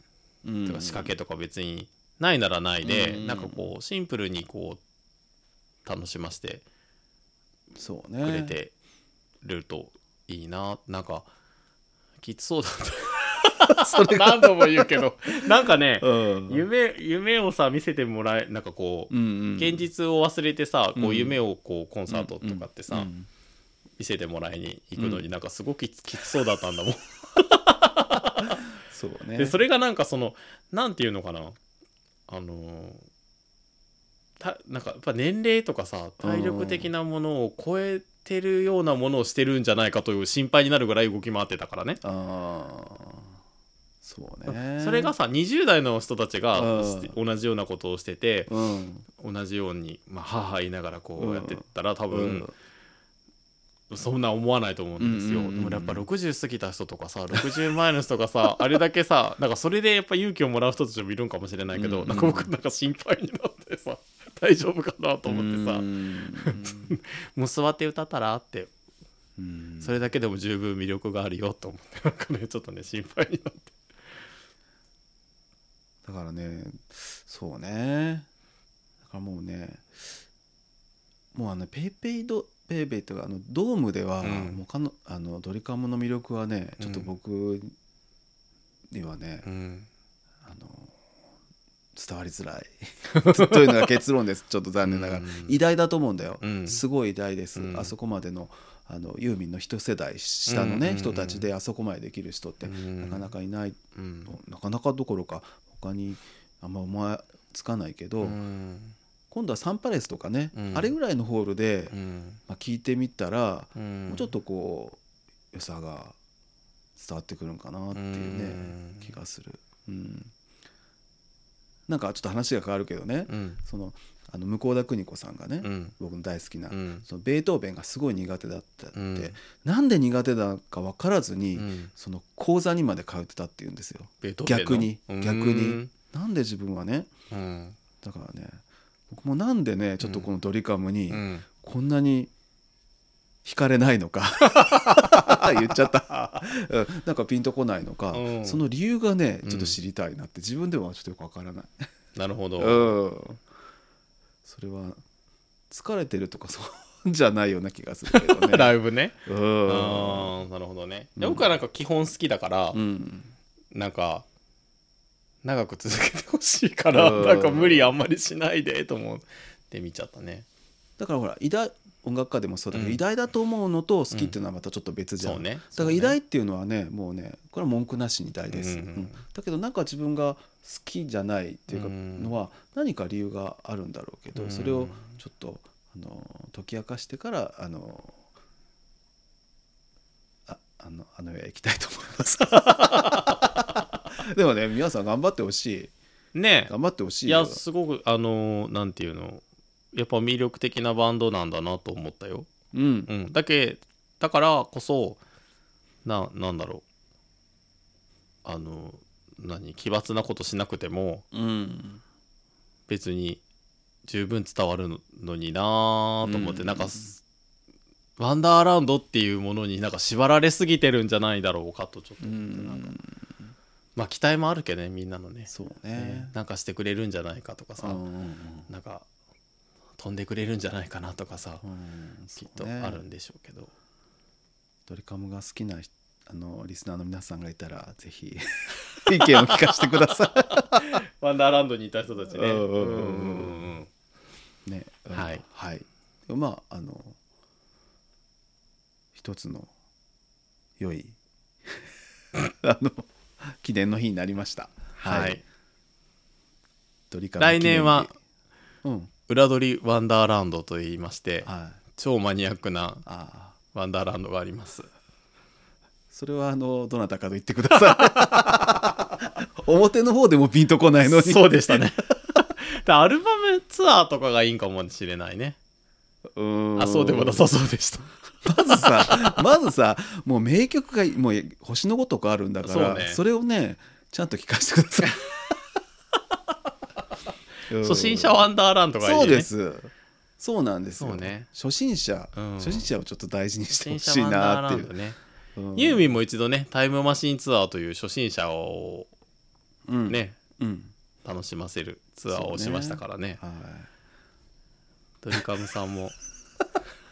Speaker 1: うん
Speaker 2: とか仕掛けとか別にないならないで、
Speaker 1: うん
Speaker 2: なんかこうシンプルにこう楽しませて
Speaker 1: そう
Speaker 2: く
Speaker 1: ね
Speaker 2: れてるといいな、なんかきつそうだ
Speaker 1: [laughs]
Speaker 2: った何度も言うけどなんかね、
Speaker 1: うん
Speaker 2: 夢夢をさ見せてもらえなんかこ
Speaker 1: う
Speaker 2: う、
Speaker 1: んうん
Speaker 2: 現実を忘れてさこ
Speaker 1: う
Speaker 2: うん夢をこうコンサートとかってさ、
Speaker 1: うん
Speaker 2: 見せてもらいに行くのになんかすごくきつきつそうだったんだもん、
Speaker 1: そうね
Speaker 2: でそれがなんかそのなんていうのかなあのーたなんかやっぱ年齢とかさ体力的なものを超えてるようなものをしてるんじゃないかという心配になるぐらい動き回ってたからね。
Speaker 1: ああそうね
Speaker 2: それがさ20代の人たち
Speaker 1: う
Speaker 2: が
Speaker 1: ん
Speaker 2: して同じようなことをしてて
Speaker 1: うん
Speaker 2: 同じように、まあ、母言いながらこうやってったら多
Speaker 1: う
Speaker 2: 分
Speaker 1: ん
Speaker 2: そんな思わないと思うんですよ、
Speaker 1: うんうんうんうん
Speaker 2: でもやっぱ60過ぎた人とかさ60前の人がさ [laughs] あれだけさなんかそれでやっぱ勇気をもらう人たちもいるんかもしれないけど、
Speaker 1: うんうん
Speaker 2: なんか僕なんか心配になってさ [laughs] 大丈夫かなと思ってさ、
Speaker 1: うん
Speaker 2: もう座って歌ったらって
Speaker 1: うん
Speaker 2: それだけでも十分魅力があるよと思ってなんかねちょっとね心配になって
Speaker 1: だからねそうねだからもうねもうあのペイペイドペイペイとかあのドームでは、
Speaker 2: うん
Speaker 1: もうかのあのドリカムの魅力はねちょっと
Speaker 2: うん
Speaker 1: 僕にはね、
Speaker 2: うん
Speaker 1: あの伝わりづらい [laughs] というのが結論ですちょっと残念ながら、
Speaker 2: うん
Speaker 1: 偉大だと思うんだよ、
Speaker 2: うん
Speaker 1: すごい偉大です、
Speaker 2: うん
Speaker 1: あそこまでのあのユーミンの一世代下のね、
Speaker 2: うんうんうん
Speaker 1: 人たちであそこまでできる人って、
Speaker 2: うん
Speaker 1: なかなかいない
Speaker 2: うん
Speaker 1: なかなかどころか他にあんま思いつかないけど、
Speaker 2: うん
Speaker 1: 今度はサンパレスとかね、
Speaker 2: うん
Speaker 1: あれぐらいのホールで、
Speaker 2: うん
Speaker 1: まあ、聞いてみたら、
Speaker 2: うん
Speaker 1: もうちょっとこう良さが伝わってくるんかなっていうね、
Speaker 2: うん
Speaker 1: 気がする、うん、なんかちょっと話が変わるけどね、
Speaker 2: うん
Speaker 1: そのあの向田邦子さんがね、
Speaker 2: うん
Speaker 1: 僕の大好きな、
Speaker 2: うん
Speaker 1: そのベートーベンがすごい苦手だったって、
Speaker 2: うん
Speaker 1: なんで苦手だか分からずに、
Speaker 2: うん
Speaker 1: その講座にまで通ってたっていうんですよ。
Speaker 2: ベートーベンの
Speaker 1: 逆に
Speaker 2: うん
Speaker 1: 逆になんで自分はね
Speaker 2: うん
Speaker 1: だからね僕もなんでねちょっとこのドリカムに
Speaker 2: うん
Speaker 1: こんなに惹かれないの
Speaker 2: [laughs]
Speaker 1: か言っちゃった、うんなんかピンとこないのか、
Speaker 2: うん
Speaker 1: その理由がねちょっと知りたいなって自分ではちょっとよくわからない、
Speaker 2: なるほど、
Speaker 1: うん、それは疲れてるとかそうじゃないような気がするけ
Speaker 2: [laughs]
Speaker 1: どね
Speaker 2: [laughs] ライブね
Speaker 1: うん
Speaker 2: あーなるほどね、で僕はなんか基本好きだから、
Speaker 1: うん
Speaker 2: なんか長く続けてほしいから、
Speaker 1: うん
Speaker 2: なんか無理あんまりしないでと思って見ちゃったね
Speaker 1: だからほら偉大音楽家でもそうだけど、
Speaker 2: うん
Speaker 1: 偉大だと思うのと好きっていうのはまたちょっと別じゃん、
Speaker 2: そうね
Speaker 1: だから偉大っていうのはねもうねこれは文句なしに偉大です、
Speaker 2: うんうん
Speaker 1: うんだけどなんか自分が好きじゃないっていうか
Speaker 2: うん
Speaker 1: のは何か理由があるんだろうけど、
Speaker 2: うん
Speaker 1: それをちょっとあの解き明かしてからあのああのあの世へ行きたいと思います [laughs] でもね皆さん頑張ってほしい
Speaker 2: ね
Speaker 1: 頑張ってほし
Speaker 2: え
Speaker 1: い
Speaker 2: い
Speaker 1: よ
Speaker 2: やすごくあのーなんていうのやっぱ魅力的なバンドなんだなと思ったよ、
Speaker 1: うん
Speaker 2: うん、だけだからこそななんだろうあの何奇抜なことしなくても
Speaker 1: うん
Speaker 2: 別に十分伝わるのになーと思って、
Speaker 1: うん
Speaker 2: なんかすワンダーラウンドっていうものになんか縛られすぎてるんじゃないだろうかとちょっと
Speaker 1: う
Speaker 2: 思って、なんか
Speaker 1: ん
Speaker 2: まあ期待もあるけどねみんなのね
Speaker 1: そう
Speaker 2: ね
Speaker 1: ね
Speaker 2: なんかしてくれるんじゃないかとかさ、
Speaker 1: うんうんうん
Speaker 2: なんか飛んでくれるんじゃないかなとかさ、
Speaker 1: うん
Speaker 2: きっ
Speaker 1: そう
Speaker 2: と
Speaker 1: ね
Speaker 2: あるんでしょうけど、
Speaker 1: ドリカムが好きな人あのリスナーの皆さんがいたらぜひ [laughs] 意見を聞かせてくださ
Speaker 2: ワンダーランドにいた人たちね
Speaker 1: うんうんうんうん
Speaker 2: うん [laughs]
Speaker 1: い。ね、うん
Speaker 2: はい
Speaker 1: はい、まああの一つの良い [laughs] あの記念の日になりました。
Speaker 2: はい、
Speaker 1: ドリカム記念
Speaker 2: 来
Speaker 1: 日
Speaker 2: 年は
Speaker 1: うん
Speaker 2: 裏取りワンダーランドと言いまして
Speaker 1: はい
Speaker 2: 超マニアックな
Speaker 1: ああ
Speaker 2: ワンダーランドがあります
Speaker 1: それはあのどなたかと言ってくださ
Speaker 2: [laughs]
Speaker 1: い表の方でもピンとこないのに
Speaker 2: そうでした [laughs] ねだアルバムツアーとかがいいんかもしれないね
Speaker 1: [laughs] うーん
Speaker 2: あそうでもなさそうでした
Speaker 1: まずさまずさもう名曲がもう星のごとくあるんだから
Speaker 2: そ
Speaker 1: そ,、
Speaker 2: うね
Speaker 1: れをねちゃんと聞かせてくださいうん
Speaker 2: [laughs] 初心者ワンダーランドがいいね
Speaker 1: そうですそうなんですよ
Speaker 2: そうね
Speaker 1: 初心者、
Speaker 2: うん
Speaker 1: 初心者をちょっと大事にしてほ
Speaker 2: 初
Speaker 1: しい
Speaker 2: 心者ワ
Speaker 1: な
Speaker 2: ンダ
Speaker 1: っ
Speaker 2: ー
Speaker 1: て
Speaker 2: ラ
Speaker 1: いう
Speaker 2: ンドね
Speaker 1: うん
Speaker 2: ユーミンも一度ねタイムマシンツアーという初心者を
Speaker 1: うん
Speaker 2: ね、
Speaker 1: うん
Speaker 2: 楽しませるツアーをしましたからね
Speaker 1: は
Speaker 2: ドリカムさん [laughs] も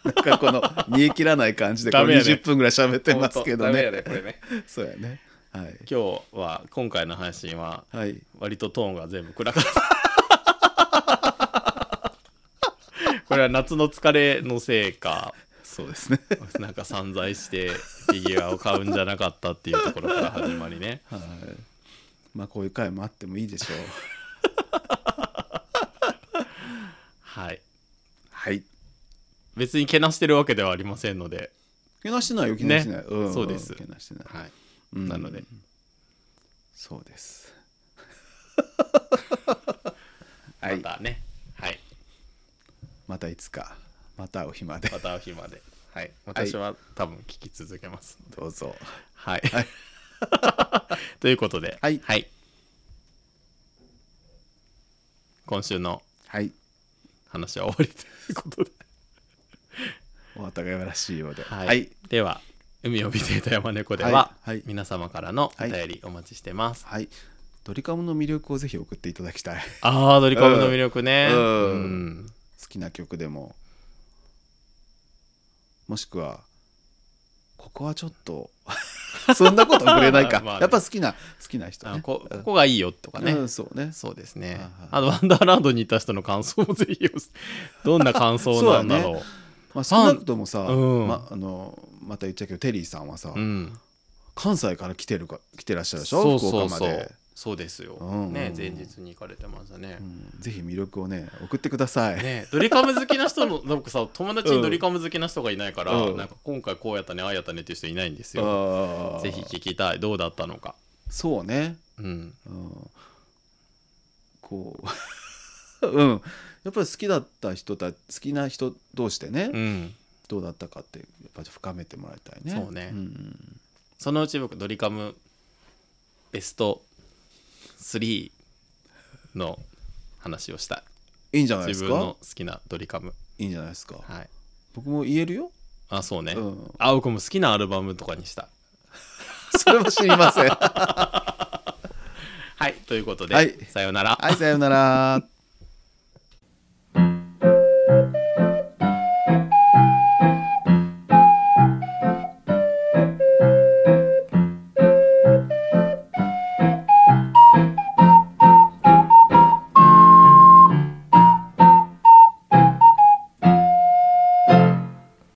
Speaker 1: い、なんかこの煮え切らない感じ
Speaker 2: [laughs]
Speaker 1: でこ
Speaker 2: ダメ
Speaker 1: れ
Speaker 2: やね
Speaker 1: 20分ぐらい喋ってますけど
Speaker 2: 本当ダメ
Speaker 1: ね
Speaker 2: やこれね
Speaker 1: そうやねはい
Speaker 2: 今日は今回の配信は
Speaker 1: はい
Speaker 2: 割とトーンが全部暗かった
Speaker 1: [laughs]
Speaker 2: これは夏の疲れのせいか
Speaker 1: そうですね
Speaker 2: なんか散財してフィギュアを買うんじゃなかったっていうところから始まりね
Speaker 1: はいまあこういう回もあってもいいでし
Speaker 2: [laughs]
Speaker 1: ょう
Speaker 2: はい
Speaker 1: はい
Speaker 2: 別にけなしてるわけではありませんので、
Speaker 1: けなしてないよけなしてない、ん
Speaker 2: そうです
Speaker 1: けなしてない、
Speaker 2: はい、
Speaker 1: うん
Speaker 2: なので
Speaker 1: そう [laughs] ですは
Speaker 2: ま
Speaker 1: い
Speaker 2: たねはい
Speaker 1: またいつかまた会う日まで
Speaker 2: また会う日まではい私は多分聞き続けます
Speaker 1: どうぞ
Speaker 2: はい、
Speaker 1: はい
Speaker 2: [laughs] ということで
Speaker 1: はい
Speaker 2: 今週の
Speaker 1: はい
Speaker 2: 話は終わりということで
Speaker 1: お互いらしいようで
Speaker 2: は、
Speaker 1: はいい、
Speaker 2: では海を見ていた山猫では、
Speaker 1: はいはい
Speaker 2: 皆様からのお便りお待ちしてます、
Speaker 1: はいドリカムの魅力をぜひ送っていただきたい [laughs]
Speaker 2: ああドリカムの魅力ね
Speaker 1: うん
Speaker 2: うん
Speaker 1: 好きな曲でももしくはここはちょっ
Speaker 2: [laughs]
Speaker 1: とそんなことくれないか、
Speaker 2: まあね
Speaker 1: やっぱ好きな好きな人
Speaker 2: あ
Speaker 1: ね
Speaker 2: こここがいいよとかね、
Speaker 1: うん、そうね
Speaker 2: そうですね
Speaker 1: はいはい
Speaker 2: あとワンダーランドにいた人の感想もぜひよ [laughs] どんな感想なんだろう
Speaker 1: まあ、少なくともさ、
Speaker 2: うん
Speaker 1: まあのまた言っちゃうけどテリーさんはさ、
Speaker 2: うん
Speaker 1: 関西から来てるか来てらっしゃるでしょ
Speaker 2: そうそう
Speaker 1: 福岡
Speaker 2: そ
Speaker 1: ま
Speaker 2: う
Speaker 1: で、
Speaker 2: そうですよ、
Speaker 1: うんうん
Speaker 2: ね前日に行かれてましたね,、
Speaker 1: うんぜひ魅力をね送ってください、
Speaker 2: ねドリカム好きな人のなんかさ友達にドリカム好きな人がいないから、
Speaker 1: うん
Speaker 2: なんか今回こうやったねああやったねっていう人いないんです
Speaker 1: あ
Speaker 2: よ、
Speaker 1: ー
Speaker 2: ぜひ聞きたいどうだったのか
Speaker 1: そうね、 [laughs]
Speaker 2: うん
Speaker 1: うん、こう [laughs] うんやっぱり好きだった人た好きな人同士でね、
Speaker 2: うん
Speaker 1: どうだったかってやっぱり深めてもらいたいね
Speaker 2: そうね
Speaker 1: んん
Speaker 2: そのうち僕ドリカムベスト3の話をしたい
Speaker 1: いいんじゃないで
Speaker 2: 自
Speaker 1: す
Speaker 2: 分
Speaker 1: か
Speaker 2: の好きなドリカム
Speaker 1: いいんじゃないですか
Speaker 2: はい
Speaker 1: 僕も言えるよ、
Speaker 2: あそうね、
Speaker 1: うん、 [laughs]
Speaker 2: あ僕も好きなアルバムとかにした
Speaker 1: それは知りませんは
Speaker 2: はいということで、
Speaker 1: はい
Speaker 2: さようなら
Speaker 1: いさようなら